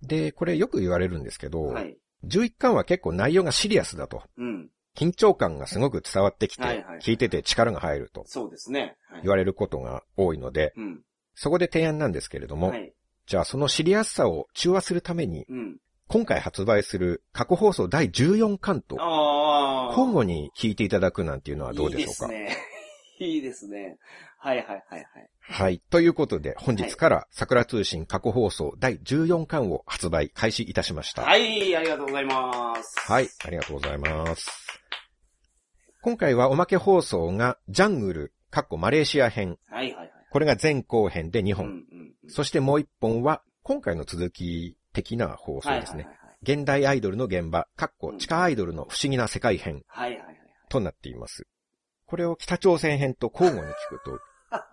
S3: で、これよく言われるんですけど、
S2: はい。はい。
S3: 11巻は結構内容がシリアスだと。
S2: うん。
S3: 緊張感がすごく伝わってきて、
S2: はいはい
S3: 聞いてて力が入ると
S2: そうですね。はい
S3: 言。われることが多いので、
S2: うん。
S3: そこで提案なんですけれども、
S2: はい。
S3: じゃあそのシリアスさを中和するために、
S2: うん。
S3: 今回発売する過去放送第14巻と
S2: ああ。
S3: 交互に聞いていただくなんていうのはどうでしょうか。
S2: いいですね。 <laughs> いいですね。はいはいはいはい。
S3: はい。ということで、本日から桜通信過去放送第14巻を発売開始いたしました。
S2: はい、ありがとうございます。
S3: はい、ありがとうございます。今回はおまけ放送がジャングル、かっこマレーシア編。
S2: はいはいはい。
S3: これが前後編で2
S2: うん
S3: 本。
S2: うんうん。
S3: そしてもう1本は今回の続き的な放送
S2: はいは
S3: です
S2: いはい
S3: ね
S2: はい。。
S3: 現代アイドルの現場、かっこ地下アイドルの不思議な世界編
S2: はいはいはいはい。
S3: となっています。これを北朝鮮編と交互に聞
S2: <laughs>
S3: くと、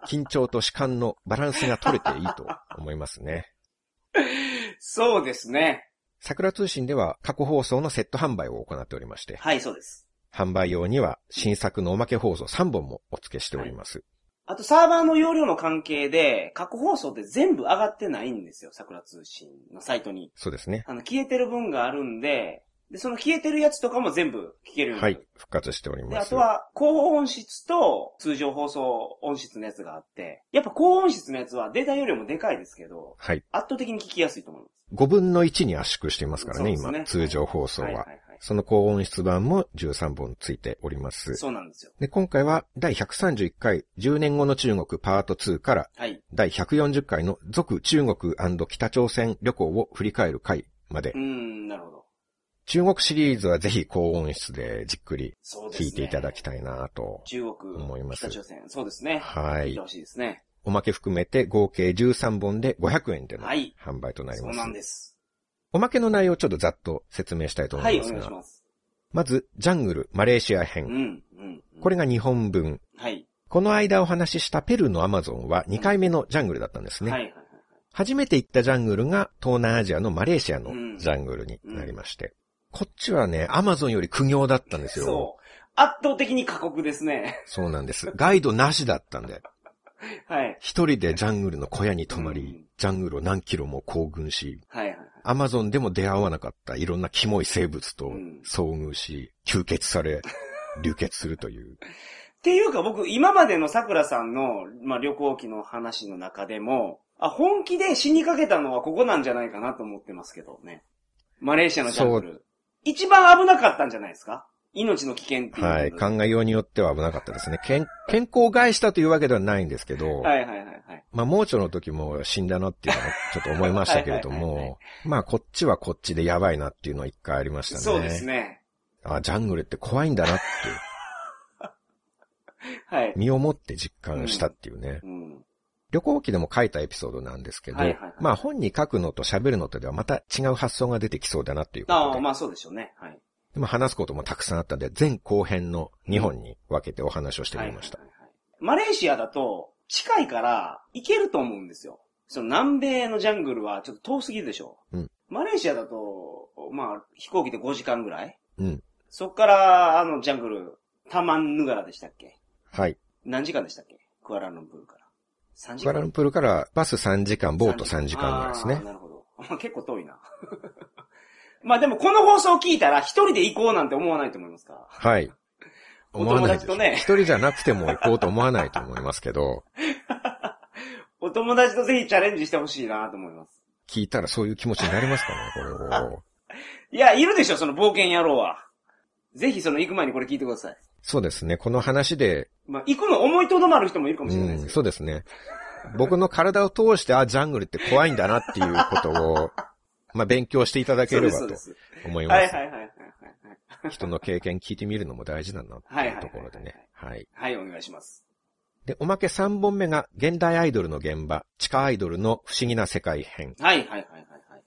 S3: 緊張と弛緩のバランスが取れていいと思いますね。
S2: そうですね。
S3: 桜通信では過去放送のセット販売を行っておりまして、
S2: はい、そうです。
S3: 販売用には新作のおまけ放送3本もお付けしております。
S2: あと、サーバーの容量の関係で、過去放送って全部上がってないんですよ、桜通信のサイトに。
S3: そうですね。
S2: あの、消えてる分があるんで、で、その消えてるやつとかも全部聞けるようにな
S3: は
S2: る
S3: い。復活しており
S2: で、
S3: ま
S2: あ
S3: す。
S2: とは、高音質と通常放送音質のやつがあって、やっぱ高音質のやつはデータ容量もでかいですけど、
S3: はい。
S2: 圧倒的に聞きやすいと思いま
S3: 5分の1に圧縮していますからね、
S2: そうですね
S3: 今、通常放
S2: す。
S3: 送は。
S2: いはいはい。
S3: その高音質版も13本ついております。
S2: そうなんですよ。
S3: で、今回は第131回10年後の中国パート2から
S2: はい。
S3: 第140回の続中国北朝鮮旅行を振り返る回まで
S2: うー、ん、なるほど。
S3: 中国シリーズはぜひ高音質でじっくり
S2: そうですね。
S3: 聞いていただきたいなと。
S2: 中国、
S3: 思います
S2: 北朝鮮。そうですね。
S3: は
S2: 聞い
S3: い
S2: て。ほしいですね。
S3: おまけ含めて合計13本で500円での
S2: はい
S3: 販売となり
S2: そ
S3: ま
S2: う
S3: す。
S2: なんです。
S3: おまけの内容をちょっとざっと説明したいと思
S2: はいい、
S3: ま
S2: お
S3: す
S2: 願い
S3: が、
S2: します。
S3: まず、ジャングル、マレーシア
S2: う
S3: 編。
S2: ん、うん。
S3: これが2本分。
S2: はい。
S3: この間お話ししたペルーのアマゾンは2回目のジャングルだったんです
S2: はい、はい、
S3: ね。
S2: はい。
S3: 初めて行ったジャングルが東南アジアのマレーシアのジャングルになりまして。こっちはね、アマゾンより苦行だったんですよ。
S2: そう。圧倒的に過酷ですね。 <laughs>
S3: そうなんです。ガイドなしだったんで。
S2: はい。
S3: 一人でジャングルの小屋に泊まり、
S2: うん
S3: ジャングルを何キロも行軍し、
S2: はい、はい。
S3: アマゾンでも出会わなかったいろんなキモい生物と
S2: うん
S3: 遭遇し、吸血
S2: <laughs>
S3: され、流血するという。
S2: っていうか僕、今までの桜さんの、まあ、旅行記の話の中でも、あ、本気で死にかけたのはここなんじゃないかなと思ってますけどね。マレーシアのジャングル。一番危なかったんじゃないですか命の危険っていうの
S3: はい。
S2: は
S3: 考えようによっては危なかったですね。健健康を害したというわけではないんですけど、
S2: はいはいはいはい。
S3: まあ盲腸の時も死んだなっていうのはちょっと思いましたけれど
S2: はいはいはいは
S3: も、まあこっちはこっちでやばいなっていうのは一回ありましたね。
S2: そうですね。
S3: あ、ジャングルって怖いんだ
S2: <laughs>
S3: なって、
S2: はい。
S3: 身をもって実感したっていうね。
S2: うん。
S3: 旅行記でも書いたエピソードなんですけど、
S2: はいはいはい
S3: まあ本に書くのと喋るのとではまた違う発想が出てきそうだなっていうこと
S2: ああ、
S3: で。
S2: まあそうでしょうね。はい。
S3: でも話すこともたくさんあったんで、前後編の2本に分けてお話をしてみました。
S2: はいはいはいはいマレーシアだと、近いから、行けると思うんですよ。その南米のジャングルはちょっと遠すぎるでしょ。
S3: うん
S2: マレーシアだと、まあ、飛行機で5時間ぐらい
S3: うん。
S2: そっから、あの、ジャングル、タマンヌガラでしたっけ
S3: はい。
S2: 何時間でしたっけクアラルンプールから。3時
S3: ク
S2: 間
S3: アラルンプールからバス3時間、ボート3時間ぐらいです
S2: あー
S3: ね。
S2: なるほど。 <laughs> まあ結構遠いな。まあでもこの放送を聞いたら一人で行こうなんて思わないと思いますから。
S3: はい。
S2: お
S3: 思わない
S2: 友
S3: で
S2: 達
S3: す。
S2: とね
S3: 一人じゃなくても行こうと思わないと思いますけど、
S2: お友達とぜひチャレンジしてほしいなと思います。
S3: 聞いたらそういう気持ちになりますかね、これを。
S2: いや、いるでしょ、その冒険野郎は。ぜひその行く前にこれ聞いてください。
S3: そうですね。この話で、
S2: まあ行くの思いとどまる人もいるかもしれないで
S3: う
S2: す
S3: ん、
S2: け
S3: そうですね。僕の体を通して、あ、ジャングルって怖いんだなっていうことを、 <laughs> まあ、勉強していただけ
S2: ど。
S3: れば
S2: そう
S3: と
S2: です、そうで
S3: 思い
S2: す。
S3: ます。
S2: はいはいはいはいはい。
S3: 人の経験聞いてみるのも大事だなっていうところでね。はい。
S2: はい、お願いします。
S3: で、おまけ3本目が、現代アイドルの現場、地下アイドルの不思議な世界編。
S2: はいはいはいはいはい。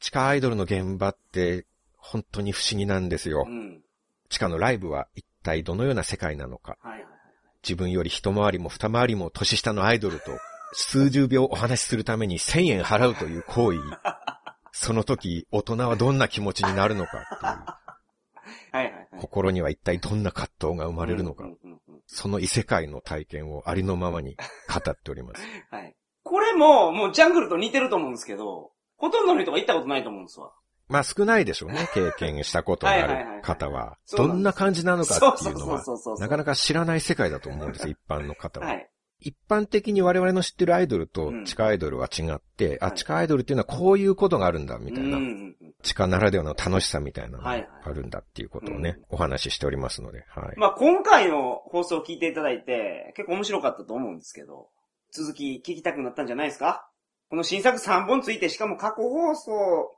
S3: 地下アイドルの現場って、本当に不思議なんですよ
S2: う。ん。
S3: 地下のライブは一体どのような世界なのか。
S2: はいはいはい。
S3: 自分より一回りも二回りも年下のアイドルと数十秒お話しするために千円払うという行
S2: <laughs>
S3: 為。その時、大人はどんな気持ちになるのかっ
S2: はいはいは
S3: ていう。
S2: い。
S3: 心には一体どんな葛藤が生まれるのか
S2: うん。うんうんうん
S3: その異世界の体験をありのままに語っております。
S2: はい。これも、もうジャングルと似てると思うんですけど、ほとんどの人が行ったことないと思うんですわ。
S3: まあ少ないでしょう
S2: <laughs>
S3: ね、経験したことのある方は。
S2: そうなん
S3: ど
S2: です
S3: んな感じなのかっていうのは、
S2: うそ
S3: なかな
S2: か。
S3: か知らない世界だと思うんです、一般の方は
S2: は。い。
S3: 一般的に我々の知ってるアイドルと
S2: うん
S3: 地下アイドルは違って、あ、
S2: はい
S3: 地下アイドルっていうのはこういうことがあるんだ、みたいな、
S2: うんうんうん
S3: 地下ならではの楽しさみたいなのが
S2: はいはい
S3: あるんだっていうことをね、
S2: うん
S3: お話ししておりますので、はい。
S2: まあ今回の放送を聞いていただいて、結構面白かったと思うんですけど、続き聞きたくなったんじゃないですかこの新作3本ついて、しかも過去放送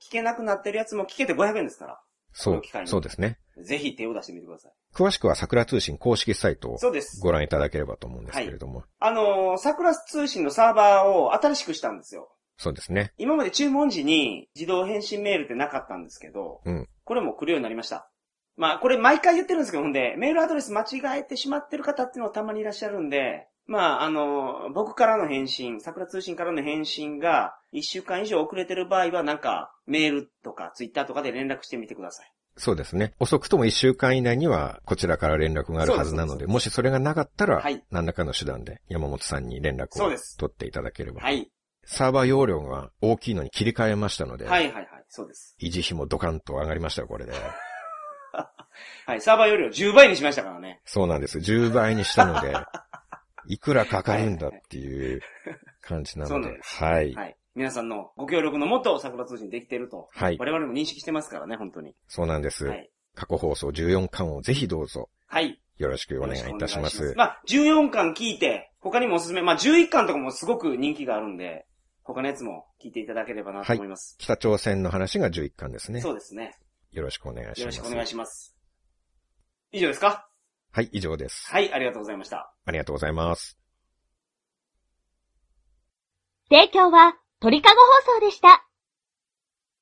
S2: 聞けなくなってるやつも聞けて500円ですかこ
S3: そ
S2: の
S3: う
S2: 機会、に
S3: そうですね。
S2: ら、ぜひ手を出してみてください。
S3: 詳しくは桜通信公式サイトを
S2: そうです。
S3: ご覧いただければと思うんですけれども、
S2: あのー、桜通信のサーバーを新しくしたんですよ。
S3: そうですね。
S2: 今まで注文時に自動返信メールってなかったんですけど、
S3: うん
S2: これも来るようになりました。まあ、これ毎回言ってるんですけど、ほんで、メールアドレス間違えてしまってる方っていうのはたまにいらっしゃるんで、まあ、あの、僕からの返信、桜通信からの返信が1週間以上遅れてる場合は、なんか、メールとかツイッターとかで連絡してみてください。
S3: そうですね。遅くとも一週間以内にはこちらから連絡があるはずなの
S2: そうですそうで
S3: で、
S2: す
S3: もしそれがなかったら
S2: はい、
S3: 何らかの手段で山本さんに連絡
S2: そう
S3: を
S2: です
S3: 取っていただければ。
S2: はい。
S3: サーバー容量が大きいのに切り替えましたので、
S2: はいはいはい。そうです。
S3: 維持費もドカンと上がりましたよ、これで。
S2: はい。サーバー容量10倍にしましたからね。
S3: そうなんです。10倍にし
S2: <laughs>
S3: たので、いくらかかるんだっていう感じな
S2: そう
S3: の
S2: なん
S3: で
S2: で。
S3: はい。
S2: はい。皆さんのご協力のもと、桜通信できてると。
S3: はい。
S2: 我々も認識してますからね、本当に。
S3: そうなんです。
S2: はい。
S3: 過去放送14巻をぜひどうぞ
S2: はい。
S3: よろしくお願いいたしま
S2: よろくお願い
S3: す。
S2: まあ、14巻聞いて、他にもおすすめ、まあ、11巻とかもすごく人気があるんで、他のやつも聞いていただければなと思います。
S3: 北朝鮮の話が11巻ですね。
S2: そうですね。
S3: よろしくお願いし
S2: よろ
S3: ま
S2: し
S3: す
S2: くお。願いします。以上ですか
S3: はい、以上です。
S2: はい、ありがとうございました。
S3: ありがとうございます。
S1: 提供は鳥かご放送でした。